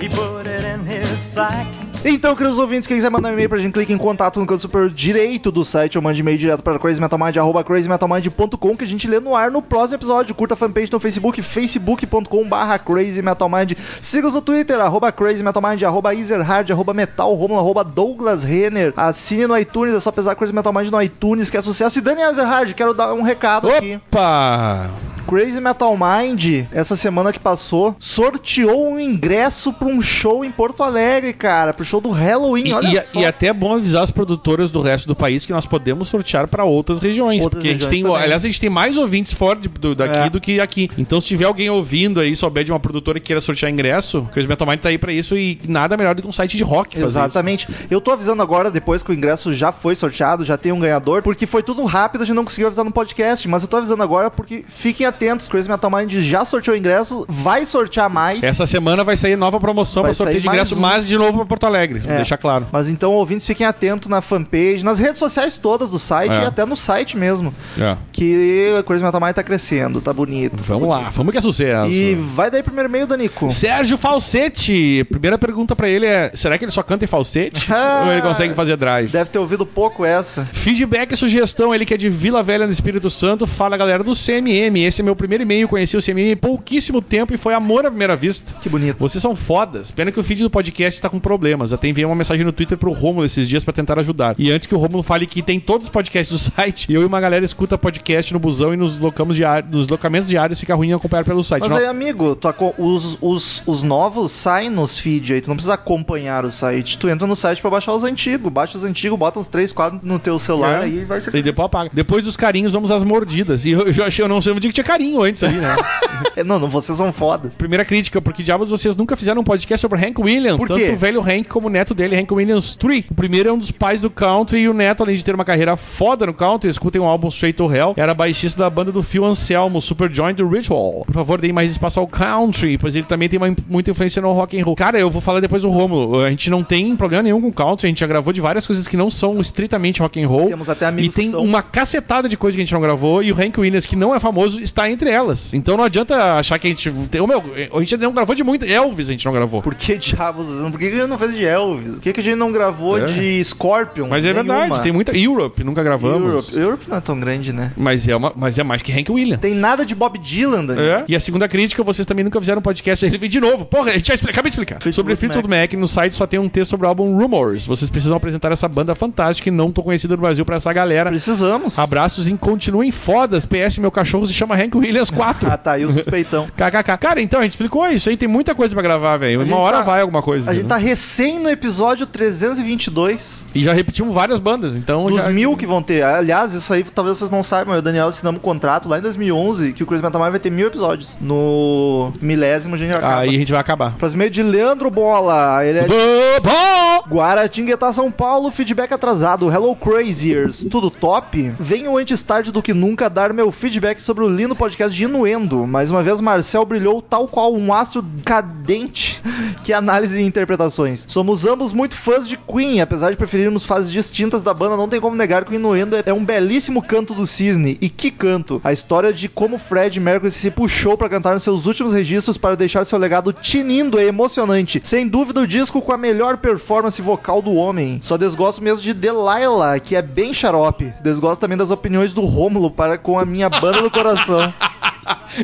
He put it in his sack. Então, queridos ouvintes, quem quiser mandar um e-mail pra gente, clique em contato no canto superior direito do site ou mande e-mail direto para crazymetalmind, arroba crazymetalmind.com que a gente lê no ar no próximo episódio. Curta a fanpage no Facebook, facebook.com barra crazymetalmind. Siga-os no Twitter, arroba crazymetalmind, arroba easerhard, arroba metalromulo, arroba Douglas Renner. Assine no iTunes, é só pesar Crazy Metal Mind no iTunes, que é sucesso. E Daniel Ezerhard, quero dar um recado aqui. Opa! Crazy Metal Mind, essa semana que passou, sorteou um ingresso pra um show em Porto Alegre, cara, pro show do Halloween, E, olha e- só. e até é bom avisar as produtoras do resto do país que nós podemos sortear para outras regiões. Outras porque a gente regiões tem, também. aliás, a gente tem mais ouvintes fora de- do- daqui É. do que aqui. Então, se tiver alguém ouvindo aí, souber de uma produtora que queira sortear ingresso, o Crazy Metal Mind tá aí para isso e nada melhor do que um site de rock fazer isso. Exatamente. Eu tô avisando agora, depois que o ingresso já foi sorteado, já tem um ganhador, porque foi tudo rápido, a gente não conseguiu avisar no podcast, mas eu tô avisando agora porque fiquem atentos, Crazy Metal Mind já sorteou o ingresso, vai sortear mais. Essa semana vai sair nova promoção Vai para sorteio sair de ingresso, mais um. mas de novo para Porto Alegre, É. Vou deixar claro. Mas então, ouvintes, fiquem atentos na fanpage, nas redes sociais todas do site É. e até no site mesmo, É. que o Crazy Metal Mind tá crescendo, tá bonito. Vamos lá, vamos que é sucesso. E vai daí primeiro meio, Danico. Sérgio Falsete. Primeira pergunta pra ele é: será que ele só canta em falsete? Ah. ou ele consegue fazer drive? Deve ter ouvido pouco essa. Feedback e sugestão, ele que é de Vila Velha, no Espírito Santo. Fala, galera do CMM. Esse é meu primeiro e-mail. Conheci o CMM em pouquíssimo tempo e foi amor à primeira vista. Que bonito. Vocês são fodas. Pena que o feed do podcast tá com problemas. Até enviei uma mensagem no Twitter pro Rômulo esses dias pra tentar ajudar. E antes que o Rômulo fale que tem todos os podcasts do site, eu e uma galera escuta podcast no busão e nos, locamos diários, nos locamentos diários fica ruim acompanhar pelo site. Mas Não- aí, amigo, tu aco- os, os, os novos saem nos feed aí, tu não precisa acompanhar o site. Tu entra no site pra baixar os antigos. Baixa os antigos, bota uns 3, 4 no teu celular É. aí e vai ser. E depois apaga. Depois dos carinhos, vamos às mordidas. E eu, eu achei, eu não sei onde que tinha carinho antes ali, né? É, Não, não, vocês são foda. Primeira crítica, porque diabos vocês nunca fizeram um podcast sobre Hank Williams. Por tanto quê? o velho Hank como o neto dele, Hank Williams III. O primeiro é um dos pais do country e o neto, além de ter uma carreira foda no country, escutem o álbum Straight to Hell, era baixista da banda do Phil Anselmo, Superjoint do Ritual. Por favor, deem mais espaço ao country, pois ele também tem uma, muita influência no rock and roll. Cara, eu vou falar depois do Rômulo. A gente não tem problema nenhum com country, a gente já gravou de várias coisas que não são estritamente rock and roll. Temos até amigos E tem um que são. uma cacetada de coisa que a gente não gravou e o Hank Williams, que não é famoso, está entre elas. Então não adianta achar que a gente. Ô, meu, a gente não gravou de muito. Elvis a gente não gravou. Por que diabos? Por que que a gente não fez de Elvis? Por que, que a gente não gravou de Scorpion? É. Mas é verdade, tem muita. Europe, nunca gravamos. Europe. Europe não é tão grande, né? Mas, é uma, mas é mais que Hank Williams. Tem nada de Bob Dylan, Daniel. É. E a segunda crítica, vocês também nunca fizeram um podcast. Ele veio de novo. Porra, a gente já expli- acabei de explicar. sobre Fleetwood Fleetwood Mac, no site só tem um texto sobre o álbum Rumors. Vocês precisam apresentar essa banda fantástica e não tão conhecida no Brasil pra essa galera. Precisamos. Abraços e continuem fodas. PS, meu cachorro se chama Hank Hank Williams 4. Ah, tá aí o suspeitão. KKK. Cara, então, a gente explicou isso aí. Tem muita coisa pra gravar, velho. A Uma gente hora tá- vai alguma coisa. A gente né? tá recém no episódio 322 E já repetimos várias bandas, então... dos já... mil que vão ter. Aliás, isso aí talvez vocês não saibam. Eu e o Daniel assinamos um contrato lá em 2011 que o Crazy Metal Mind vai ter mil episódios. No milésimo a gente acaba. Aí a gente vai acabar. Pras meio de Leandro Bola. Ele é de Vamos! Guaratinguetá, São Paulo, feedback atrasado. Hello Craziers, tudo top? Venho antes tarde do que nunca dar meu feedback sobre o lindo podcast de Inuendo. Mais uma vez, Marcel brilhou tal qual um astro cadente que análise e interpretações. Somos ambos muito fãs de Queen, apesar de preferirmos fases distintas da banda, não tem como negar que o Inuendo é um belíssimo canto do cisne. E que canto! A história de como Fred Mercury se puxou pra cantar nos seus últimos registros para deixar seu legado tinindo é emocionante. Sem dúvida, o disco com a melhor performance vocal do homem. Só desgosto mesmo de Delilah, que é bem xarope. Desgosto também das opiniões do Rômulo para com a minha banda no coração.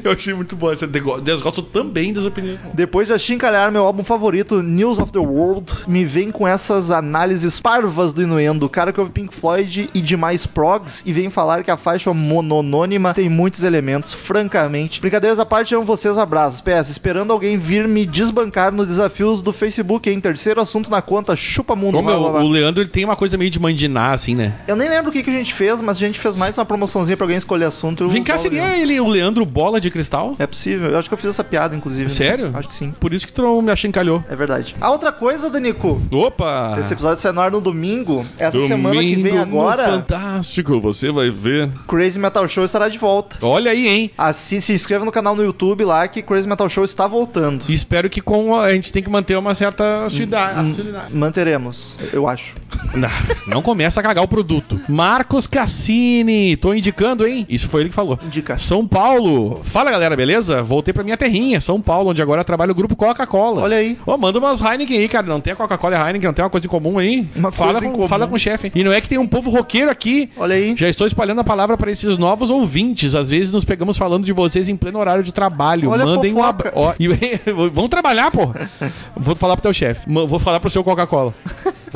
Eu achei muito bom esse nego- desgosto também das opiniões. Depois de achincalhar meu álbum favorito, News of the World, me vem com essas análises parvas do Inuendo, o cara que ouve Pink Floyd e demais progs, e vem falar que a faixa é mononônima tem muitos elementos, francamente. Brincadeiras à parte, amo vocês, abraços. PS, esperando alguém vir me desbancar nos desafios do Facebook, hein? Terceiro assunto na conta, chupa mundo. Como blá, eu- blá, blá. o Leandro ele tem uma coisa meio de mandinar, assim, né? Eu nem lembro o que, que a gente fez, mas a gente fez mais uma promoçãozinha pra alguém escolher assunto. eu Vem cá, falo, né? seria ele o Leandro Bola de Cristal? É possível, eu acho que eu fiz essa piada, inclusive. né? Sério? Acho que sim. Por isso que tu não me achincalhou. É verdade. A outra coisa, Danico, Opa! Esse episódio sai no ar no domingo. Essa semana que vem Ah. Domingo agora, Fantástico, você vai ver. Crazy Metal Show estará de volta. Olha aí, hein? Assi se inscreva no canal no YouTube lá que Crazy Metal Show está voltando. E Espero que com a, a gente tem que manter uma certa Hum. assiduidade. assiduidade. Manteremos, eu acho. Não, não começa a cagar o produto. Marcos Cassini, tô indicando, hein? Isso foi ele que falou. Indica. São Paulo. Fala galera, beleza? Voltei pra minha terrinha, São Paulo, onde agora trabalha o grupo Coca-Cola. Olha aí. Ô, manda umas Heineken aí, cara. Não tem a Coca-Cola e a Heineken, não tem uma coisa em comum aí? Uma fala, coisa em com, comum. fala com o chefe. hein? E não é que tem um povo roqueiro aqui. Olha aí. Já estou espalhando a palavra para esses novos ouvintes. Às vezes nos pegamos falando de vocês em pleno horário de trabalho. Olha a Mandem um fofoca. abra... Ó, e Vão trabalhar, porra. Vou falar pro teu chefe. Ma- Vou falar pro seu Coca-Cola.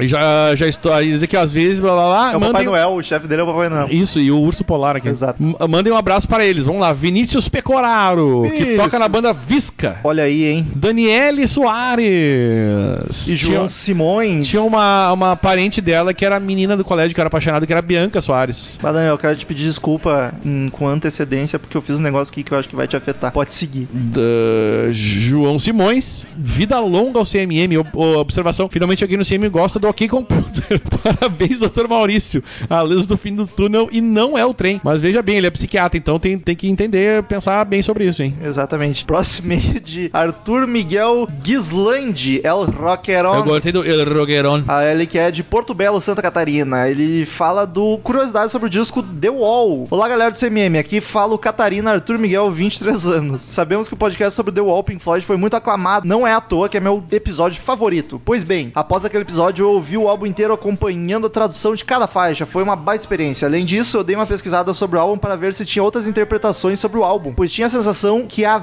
E Já, já estou aí dizer que às vezes, blá blá blá. É o Papai Noel, o chefe dele é o Papai Noel. Isso, e o urso polar aqui. Exato. M- Mandem um abraço para eles. Vamos lá. Vinícius Pecoraro, que Vinícius. toca na banda Visca. Olha aí, hein? Daniele Soares. E João Tinha, Simões. tinha uma, uma parente dela que era a menina do colégio, que era apaixonada, que era a Bianca Soares. Mas, Daniel, eu quero te pedir desculpa hum, com antecedência, porque eu fiz um negócio aqui que eu acho que vai te afetar. Pode seguir. Da- João Simões. Vida longa ao CMM. Ob- observação. Finalmente alguém no CMM gosta do OK Computer. Parabéns, doutor Maurício. A luz do fim do túnel e não é o trem. Mas veja bem, ele é psiquiatra, então tem, tem que entender, pensar bem sobre isso, hein? Exatamente. Próximo e-mail de Arthur Miguel Gislandi, El Rockeron. gostei do El Rogueron. Ah, ele que é de Porto Belo, Santa Catarina. Ele fala do curiosidade sobre o disco The Wall. Olá, galera do CMM. Aqui fala o Catarina Arthur Miguel, 23 anos. Sabemos que o podcast sobre The Wall Pink Floyd foi muito aclamado. Não é à toa que é meu episódio favorito. Pois bem, após aquele episódio eu ouvi o álbum inteiro acompanhando a tradução de cada faixa. Foi uma baita experiência. Além disso, eu dei uma pesquisada sobre o álbum para ver se tinha outras interpretações sobre o álbum, pois tinha a sensação que a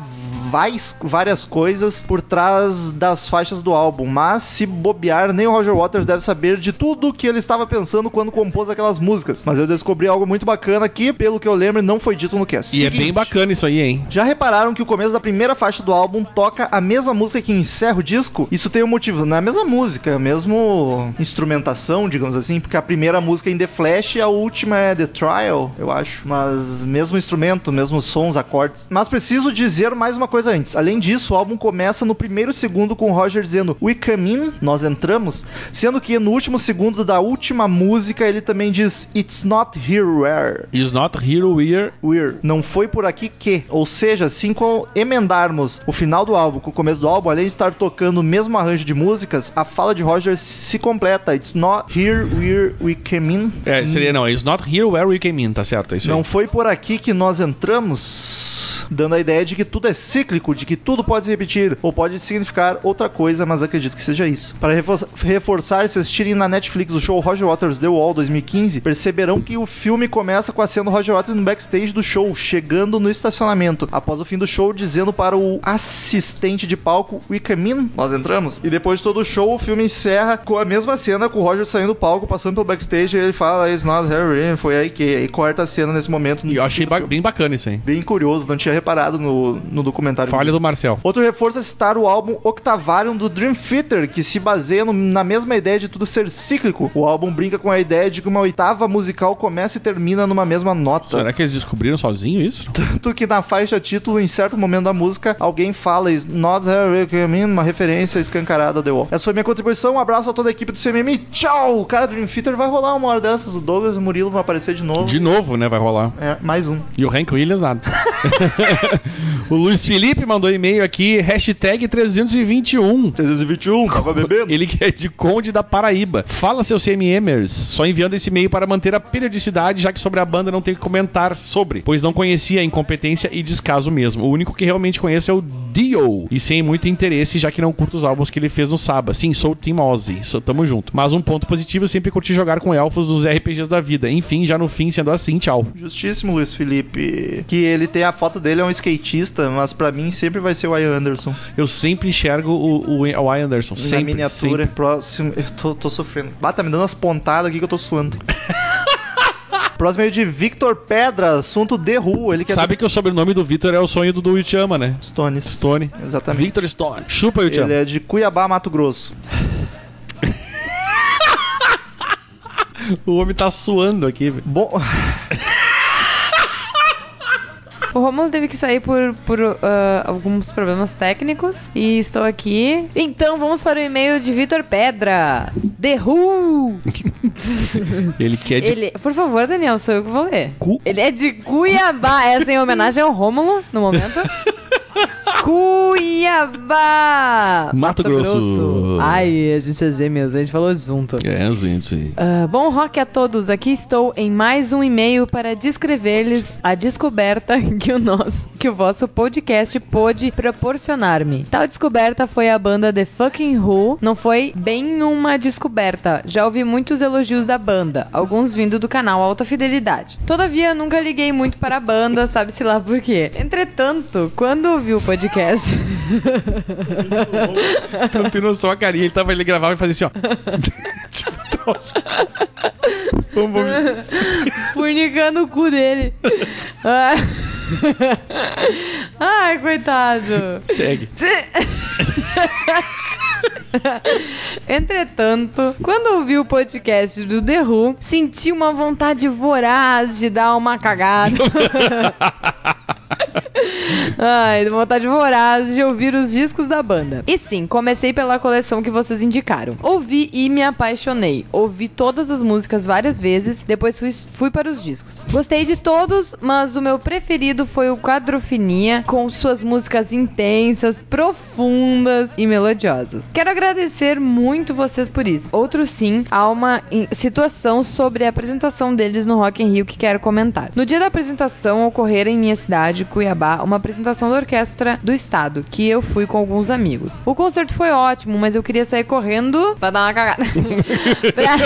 vais- várias coisas por trás das faixas do álbum, mas se bobear, nem o Roger Waters deve saber de tudo que ele estava pensando quando compôs aquelas músicas. Mas eu descobri algo muito bacana que, pelo que eu lembro, não foi dito no cast. E é Seguinte, bem bacana isso aí, hein? Já repararam que o começo da primeira faixa do álbum toca a mesma música que encerra o disco? Isso tem um motivo, não é a mesma música, é a mesma instrumentação, digamos assim, porque a primeira música é em The Flash e a última é The Trial, eu acho. Mas mesmo instrumento, mesmos sons, acordes. Mas preciso dizer mais uma coisa antes. Além disso, o álbum começa no primeiro segundo com o Roger dizendo We come in, nós entramos, sendo que no último segundo da última música ele também diz It's not here where. Is not hero we're Weird. Não foi por aqui que. Ou seja, assim como emendarmos o final do álbum com o começo do álbum, além de estar tocando o mesmo arranjo de músicas, a fala de Roger se completa. It's not here where we came in. É, seria não, is not here where we came in, tá certo? É isso Não aí. foi por aqui que nós entramos. dando a ideia de que tudo é cíclico, de que tudo pode se repetir, ou pode significar outra coisa, mas acredito que seja isso. Para refor- reforçar, se assistirem na Netflix o show Roger Waters The Wall 2015, perceberão que o filme começa com a cena do Roger Waters no backstage do show, chegando no estacionamento, após o fim do show, dizendo para o assistente de palco, We come in? Nós entramos? E depois de todo o show, o filme encerra com a mesma cena, com o Roger saindo do palco, passando pelo backstage, e ele fala, It's not Harry, foi aí que... E corta a cena nesse momento. E eu achei ba- bem bacana isso, hein? Bem curioso, não tinha reparado no, no documentário. Falha do Marcel. Outro reforço é citar o álbum Octavarium do Dream Theater, que se baseia no- na mesma ideia de tudo ser cíclico. O álbum brinca com a ideia de que uma oitava musical começa e termina numa mesma nota. Será que eles descobriram sozinho isso? Tanto que na faixa título, em certo momento da música, alguém fala "It's Not Harry Camin, uma referência escancarada ao The Wall. Essa foi minha contribuição, um abraço a toda a equipe do CMM e tchau! Cara, Dream Theater vai rolar uma hora dessas, o Douglas e o Murilo vão aparecer de novo. De novo, né? Vai rolar. É, mais um. E o Hank Williams nada. o Luiz Felipe mandou e-mail aqui, hashtag 321. 321, tava bebendo? Ele que é de Conde da Paraíba. Fala, seus CMMers. Só enviando esse e-mail para manter a periodicidade, já que sobre a banda não tem que comentar sobre, pois não conhecia a incompetência e descaso mesmo. O único que realmente conheço é o Dio, e sem muito interesse, já que não curto os álbuns que ele fez no Saba. Sim, sou o Team Ozzy, só tamo junto. Mas um ponto positivo, sempre curti jogar com elfos nos RPGs da vida. Enfim, já no fim, sendo assim, tchau. Justíssimo, Luiz Felipe. Que ele tem a foto dele, é um skatista, mas pra mim sempre vai ser o Ian Anderson. Eu sempre enxergo o, o, o Anderson, sempre. na miniatura. sempre. Próximo. Eu tô, tô sofrendo. Ah, tá me dando as pontadas aqui que eu tô suando. Próximo é de Victor Pedra, assunto The Who. Ele quer Sabe que o sobrenome do Vitor é o sonho do Do It Ama, né? Stones. Stone. Exatamente. Victor Stone. Chupa, Eu Te Ele Amo. é de Cuiabá, Mato Grosso. O homem tá suando aqui, velho. Bom, O Romulo teve que sair por, por ah, alguns problemas técnicos e estou aqui. Então vamos para o e-mail de Vitor Pedra. The Who! Ele que é de Ele, por favor, Daniel, sou eu que vou ler. Cu- Ele é de Cuiabá. Essa é em homenagem ao Rômulo, no momento. Cuiabá! Mato Grosso. Ai, a gente é gêmeos, a gente falou junto. É, gente. Ah, bom rock a todos, aqui estou em mais um e-mail para descrever-lhes a descoberta que o nosso, que o vosso podcast pôde proporcionar-me. Tal descoberta foi a banda The Fucking Who, não foi bem uma descoberta, já ouvi muitos elogios da banda, alguns vindo do canal Alta Fidelidade. Todavia, nunca liguei muito para a banda, sabe-se lá por quê. Entretanto, quando ouvi o podcast... Não tem noção a carinha. Ele tava ele gravava e fazia assim, ó. tipo, troço. Vamos, vamos. Furnicando o cu dele. Ah. Ai, coitado. Segue. Entretanto, quando ouvi o podcast do The Who, senti uma vontade voraz de dar uma cagada. Ai, vontade voraz de ouvir os discos da banda. E sim, comecei pela coleção que vocês indicaram. Ouvi e me apaixonei. Ouvi todas as músicas várias vezes, depois fui, fui para os discos. Gostei de todos, mas o meu preferido foi o Quadrofinia, com suas músicas intensas, profundas e melodiosas. Quero agradecer muito vocês por isso. Outro sim, há uma em- situação sobre a apresentação deles no Rock in Rio que quero comentar. No dia da apresentação ocorrer em minha cidade, Cuiabá, uma apresentação da Orquestra do Estado, que eu fui com alguns amigos. O concerto foi ótimo, mas eu queria sair correndo pra dar uma cagada. pra...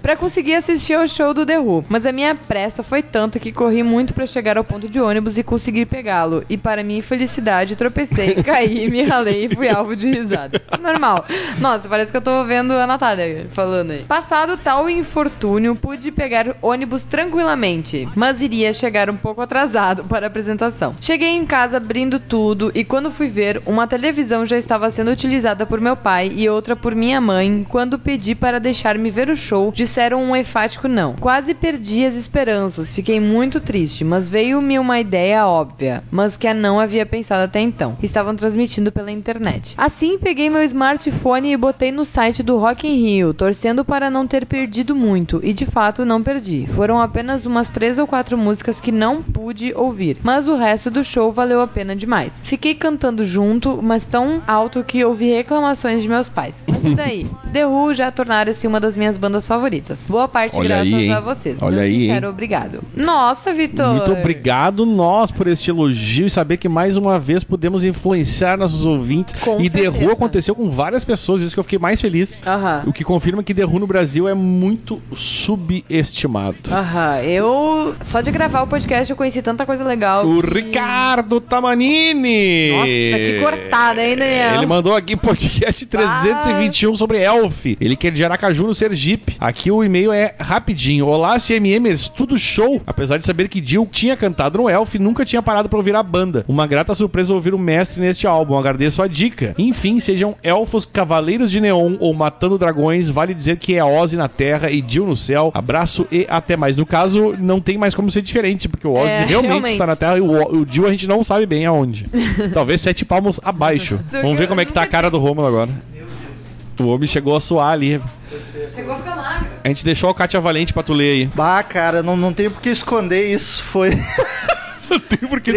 pra conseguir assistir ao show do The Who. Mas a minha pressa foi tanta que corri muito pra chegar ao ponto de ônibus e conseguir pegá-lo. E para minha infelicidade, tropecei, caí, me ralei e fui alvo de risadas. Normal. Nossa, parece que eu tô vendo a Natália falando aí. Passado tal infortúnio, pude pegar ônibus tranquilamente, mas iria chegar um pouco atrasado para a apresentação. Cheguei em casa abrindo tudo e quando fui ver, uma televisão já estava sendo utilizada por meu pai e outra por minha mãe. Quando pedi para deixar-me ver o show, disseram um enfático não. Quase perdi as esperanças, fiquei muito triste, mas veio-me uma ideia óbvia, mas que a não havia pensado até então. Estavam transmitindo pela internet. Assim, peguei meu smartphone e botei no site do Rock in Rio, torcendo para não ter perdido muito, e de fato não perdi. Foram apenas umas três ou quatro músicas que não pude ouvir. Mas o resto do show valeu a pena demais. Fiquei cantando junto, mas tão alto que ouvi reclamações de meus pais. Mas e daí? The Who já tornaram-se uma das minhas bandas favoritas. Boa parte Olha graças aí, hein? a vocês. Olha Meu aí, sincero obrigado. Nossa, Vitor! Muito obrigado nós por este elogio e saber que mais uma vez pudemos influenciar nossos ouvintes. Com e The Who certeza. Ah. aconteceu com várias pessoas, isso que eu fiquei mais feliz. Aham. O que confirma que The Who no Brasil é muito subestimado. Aham, eu. Só de gravar o podcast eu conheci tanta coisa legal. O que- Ricardo Tamanini. É, Nossa, que cortada, hein, Daniel? Ah. Ele mandou aqui um podcast 321 sobre Elf. Ele quer de Aracaju, no Sergipe. Aqui o e-mail é rapidinho. Olá, CMMers, tudo show? Apesar de saber que Jill tinha cantado no Elf, nunca tinha parado pra ouvir a banda. Uma grata surpresa ouvir o mestre neste álbum. Agradeço a dica. Enfim, sejam elfos, cavaleiros de neon ou matando dragões, vale dizer que é Ozzy na terra e Jill no céu. Abraço e até mais. No caso, não tem mais como ser diferente, porque o Ozzy É, realmente, realmente. está na terra e o, o Jill a gente não sabe bem aonde. Talvez sete palmos abaixo. Vamos ver como é que tá a cara do Rômulo agora. O homem chegou a suar ali. Chegou a ficar magro. A gente deixou o Kátia Valente pra tu ler Bah, cara, não, não tem por que esconder isso. Foi aí. Porque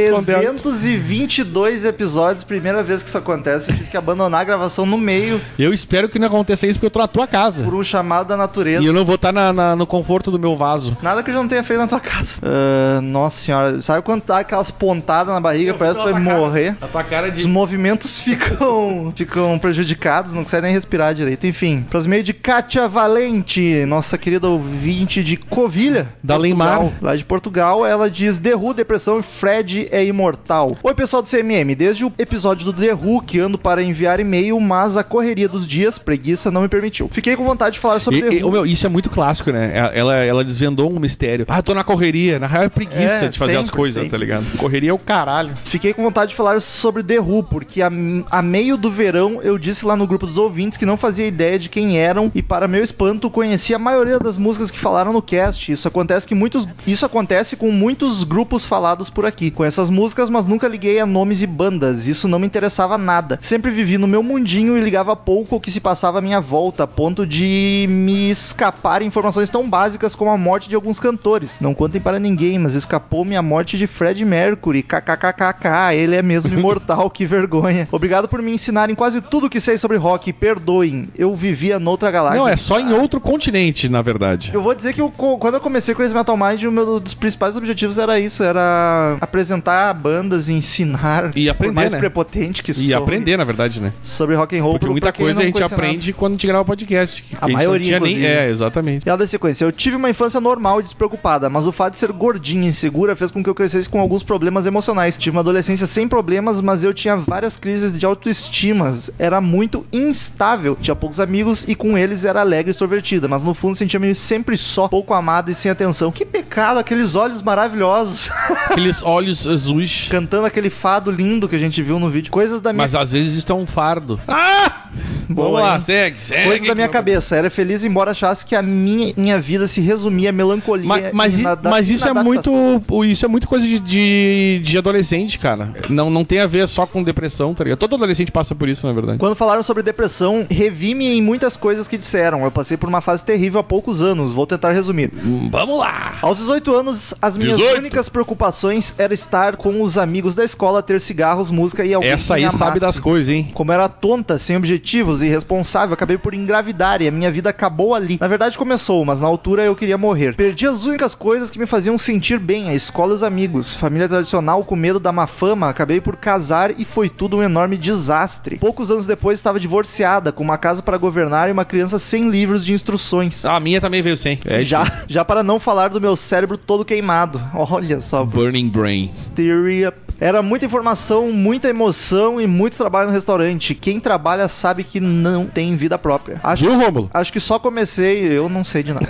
322 episódios, primeira vez que isso acontece. Eu tive que abandonar a gravação no meio Eu espero que não aconteça isso porque eu tô na tua casa. por um chamado da natureza. E eu não vou estar no conforto do meu vaso. Nada que eu já não tenha feito na tua casa. Ah, nossa senhora, sabe quando tá aquelas pontadas na barriga? Parece que vai morrer. A tua cara é Os movimentos ficam, ficam prejudicados, não consegue nem respirar direito. Enfim, pros meios de Kátia Valente, nossa querida ouvinte de Covilha. Da Portugal. Leimar. Lá de Portugal, ela diz: The Who, depressão e Fred é imortal. Oi, pessoal do CMM. Desde o episódio do The Who que ando para enviar e-mail, mas a correria dos dias, preguiça, não me permitiu. Fiquei com vontade de falar sobre E- The e- Who. ô, meu, isso é muito clássico, né? Ela- Ela, ela desvendou um mistério. Ah, tô na correria. Na real é preguiça É, de fazer as sempre, coisas, sempre. tá ligado? Correria é o caralho. Fiquei com vontade de falar sobre The Who, porque a, a meio do verão eu disse lá no grupo dos ouvintes que não fazia ideia de quem eram e para meu espanto conheci a maioria das músicas que falaram no cast. Isso acontece que muitos isso acontece com muitos grupos falados por aqui. Com essas músicas, mas nunca liguei a nomes e bandas. Isso não me interessava nada. Sempre vivi no meu mundinho e ligava pouco ao que se passava à minha volta, a ponto de me escapar informações tão básicas como a morte de alguns cantores. Não contem para ninguém, mas escapou-me a morte de Fred Mercury. KKKKK, ele é mesmo imortal, que vergonha. Obrigado por me ensinarem quase tudo que sei sobre rock. Perdoem, eu vivia noutra galáxia. Não, é só em outro continente, na verdade. Eu vou dizer que eu co- quando eu comecei com esse Metal Mind, um dos principais objetivos era isso, era apresentar bandas e ensinar. E por aprender, mais né? prepotente que E sou, aprender, na verdade, né? sobre rock and roll. Porque pro- muita pra quem coisa não a gente conhecia nada. aprende quando a gente grava podcast. que A gente não maioria, tinha nem... inclusive. É, exatamente. E ela da sequência, eu tive uma infância normal e despreocupada, mas o fato de ser gordinha e insegura fez com que eu crescesse com alguns problemas emocionais. Tive uma adolescência sem problemas, mas eu tinha várias crises de autoestima. Era muito instável. Tinha poucos amigos e com eles era alegre e sorvetida, mas no fundo sentia-me sempre só, pouco amada e sem atenção. Que pecado, aqueles olhos maravilhosos, Aqueles olhos azuis. cantando aquele fado lindo que a gente viu no vídeo. Coisas da minha Mas às vezes isso é um fardo. Ah! Vamos Boa, lá, hein? segue, segue. Coisa da minha cabeça, era feliz, embora achasse que a minha, minha vida se resumia a melancolia. Ma- Mas, e i- inada- mas isso é muito inadaptação. o- isso é muito coisa de, de, de adolescente, cara. Não, não tem a ver só com depressão, tá ligado? Todo adolescente passa por isso, na verdade. Quando falaram sobre depressão, revi-me em muitas coisas que disseram. Eu passei por uma fase terrível há poucos anos, vou tentar resumir. Hum, Vamos lá! Aos 18 anos, as minhas 18. únicas preocupações era estar com os amigos da escola, ter cigarros, música e alguém Essa É que aí me sabe amasse. das coisas, hein? Como eu era tonta, sem objetivos e irresponsável, acabei por engravidar e a minha vida acabou ali. Na verdade começou, mas na altura eu queria morrer. Perdi as únicas coisas que me faziam sentir bem, a escola e os amigos. Família tradicional com medo da má fama, acabei por casar e foi tudo um enorme desastre. Poucos anos depois estava divorciada, com uma casa para governar e uma criança sem livros de instruções. Ah, A minha também veio sem. É já, já para não falar do meu cérebro todo queimado. Olha só. tipo Burning Brain. Steer Up. Era muita informação, muita emoção e muito trabalho no restaurante. Quem trabalha sabe que não tem vida própria. Acho, Viu, Rômulo? acho que só comecei, eu não sei de nada.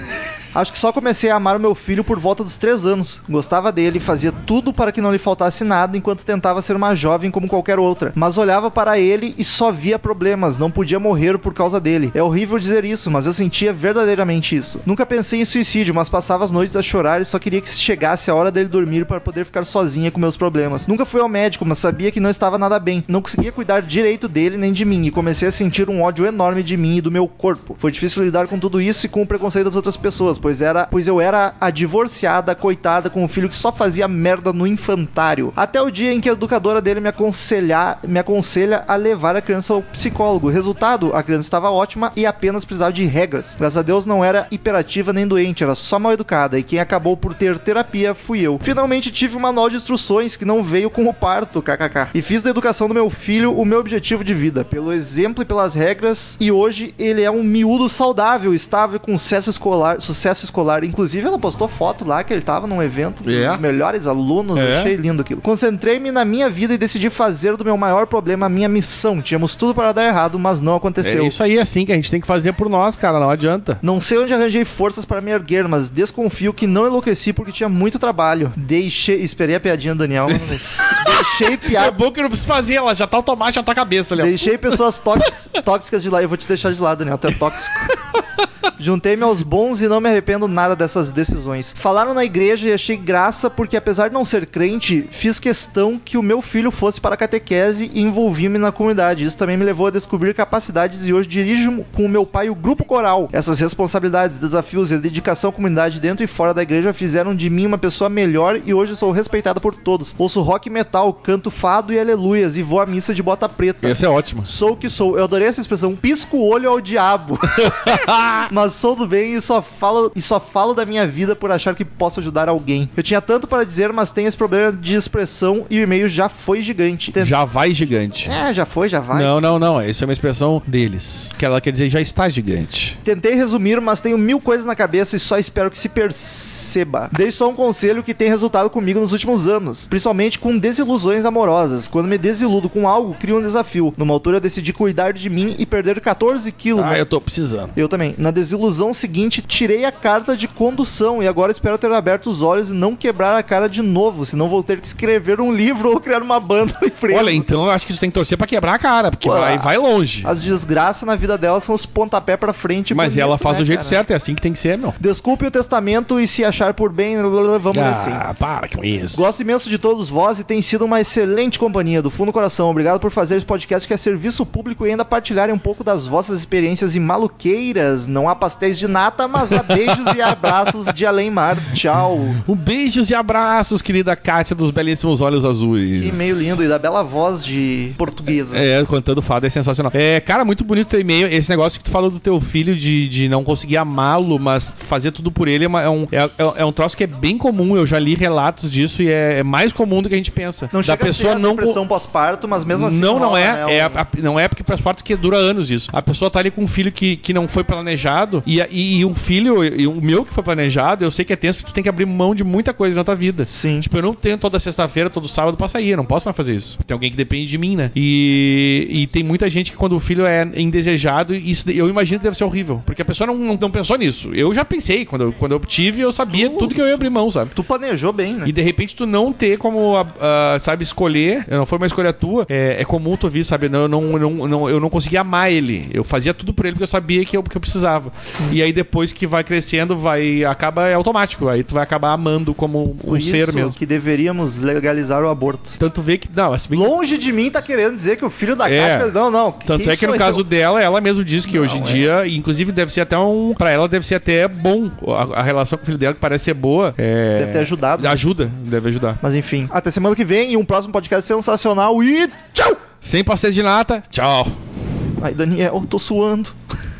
Acho que só comecei a amar o meu filho por volta dos 3 anos. Gostava dele, fazia tudo para que não lhe faltasse nada enquanto tentava ser uma jovem como qualquer outra. Mas olhava para ele e só via problemas, não podia morrer por causa dele. É horrível dizer isso, mas eu sentia verdadeiramente isso. Nunca pensei em suicídio, mas passava as noites a chorar e só queria que chegasse a hora dele dormir para poder ficar sozinha com meus problemas. Nunca fui ao médico, mas sabia que não estava nada bem. Não conseguia cuidar direito dele nem de mim e comecei a sentir um ódio enorme de mim e do meu corpo. Foi difícil lidar com tudo isso e com o preconceito das outras pessoas, pois era, pois eu era a divorciada, coitada, com um filho que só fazia merda no infantário. Até o dia em que a educadora dele me aconselhar, me aconselha a levar a criança ao psicólogo. Resultado, a criança estava ótima e apenas precisava de regras. Graças a Deus não era hiperativa nem doente, era só mal educada e quem acabou por ter terapia fui eu. Finalmente tive um manual de instruções que não veio com o parto, kkk. E fiz da educação do meu filho o meu objetivo de vida, pelo exemplo e pelas regras, e hoje ele é um miúdo saudável, estável e com sucesso escolar, sucesso escolar. Inclusive ela postou foto lá que ele tava num evento É. dos melhores alunos, eu É. achei lindo aquilo. Concentrei-me na minha vida e decidi fazer do meu maior problema a minha missão. Tínhamos tudo para dar errado, mas não aconteceu. É isso aí, assim, que a gente tem que fazer por nós, cara. Não adianta. Não sei onde arranjei forças para me erguer, mas desconfio que não enlouqueci porque tinha muito trabalho. Deixei. Esperei a piadinha do Daniel. mas não sei. Deixei É piada. bom que não precisa fazer, ela já tá automática na tua cabeça, Léo. Deixei pessoas tóxicas, tóxicas de lado. Eu vou te deixar de lado, Daniel. Tu é tóxico. Juntei-me aos bons e não me arrependo nada dessas decisões. Falaram na igreja e achei graça porque, apesar de não ser crente, fiz questão que o meu filho fosse para a catequese e envolvi-me na comunidade. Isso também me levou a descobrir capacidades e hoje dirijo com o meu pai o grupo coral. Essas responsabilidades, desafios e dedicação à comunidade dentro e fora da igreja fizeram de mim uma pessoa melhor e hoje sou respeitada por todos. Ouço rock e metal, canto fado e aleluias e vou à missa de bota preta. Essa é ótima. Sou o que sou. Eu adorei essa expressão. Pisco o olho ao diabo. Mas sou do bem e só, falo, e só falo da minha vida por achar que posso ajudar alguém. Eu tinha tanto para dizer, mas tem esse problema de expressão e o e-mail já foi gigante. Tent- Já vai gigante. É, já foi, já vai. Não, não, não. Essa é uma expressão deles. Que ela quer dizer já está gigante. Tentei resumir, mas tenho mil coisas na cabeça e só espero que se perceba. Dei só um conselho que tem resultado comigo nos últimos anos, principalmente com desilusões amorosas. Quando me desiludo com algo, crio um desafio. Numa altura, eu decidi cuidar de mim e perder 14 quilos. Ah, eu tô precisando. Eu também. Na desilusão seguinte, tirei a carta de condução e agora espero ter aberto os olhos e não quebrar a cara de novo, senão vou ter que escrever um livro ou criar uma banda e preso. Olha, então eu acho que tu tem que torcer pra quebrar a cara, porque Pô, vai, vai longe. As desgraças na vida dela são os pontapé pra frente. Mas bonito, ela faz né, do jeito cara? certo, é assim que tem que ser, meu. Desculpe o testamento e se achar por bem, vamos ah, assim. para com isso. Gosto imenso de todos vós e tem sido uma excelente companhia. Do fundo do coração, obrigado por fazer esse podcast que é serviço público e ainda partilharem um pouco das vossas experiências e maluqueiras. Não há pastéis de nata, mas há beijos e abraços de além mar. Tchau. Um beijos e abraços, querida Kátia dos belíssimos olhos azuis. Que e-mail lindo e da bela voz de portuguesa. É, contando fado é sensacional. É, cara, muito bonito teu e-mail. Esse negócio que tu falou do teu filho de, de não conseguir amá-lo, mas fazer tudo por ele é, uma- é um, é, é- é um troço que é bem comum. Eu já li relatos disso e é, é mais comum do que a gente pensa. Não chega da pessoa a ser a não. co- depressão pós-parto, mas mesmo assim não, não rola, é. né, é um- a- a- não é porque pós-parto que dura anos isso. A pessoa tá ali com um filho que, que não foi planejado e, a- e, e um filho, e o meu que foi planejado, eu sei que é tenso que tu tem que abrir mão de muita coisa na tua vida. Sim. Tipo, eu não tenho toda sexta-feira, todo sábado pra sair. Eu não posso mais fazer isso. Tem alguém que depende de mim, né? E, e tem muita gente que quando o filho é indesejado, isso eu imagino que deve ser horrível. Porque a pessoa não, não, não pensou nisso. Eu já pensei. Quando eu, quando eu tive, eu sabia tudo que eu ia abrir mão, sabe? Tu planejou bem, né? E de repente tu não ter como, ah, ah, sabe, escolher, não foi uma escolha tua, é, é comum tu ouvir, sabe, não, eu não, eu não, não- eu não conseguia amar ele, eu fazia tudo por ele porque eu sabia que eu, que eu precisava. E aí depois que vai crescendo, vai, acaba, é automático, aí tu vai acabar amando como um Por isso ser mesmo. que deveríamos legalizar o aborto. Tanto vê que, não, assim, Longe de mim tá querendo dizer que o filho da É. Cátia... Não, não. Tanto quem é que no sou caso eu? dela, ela mesmo diz que hoje em dia, inclusive deve ser até um, Pra ela deve ser até bom a, a relação com o filho dela que parece ser boa, é, Deve ter ajudado. ajuda, deve ajudar. Mas enfim, até semana que vem e um próximo podcast sensacional e tchau! Sem passeio de nata, tchau. Ai, Daniel, eu tô suando.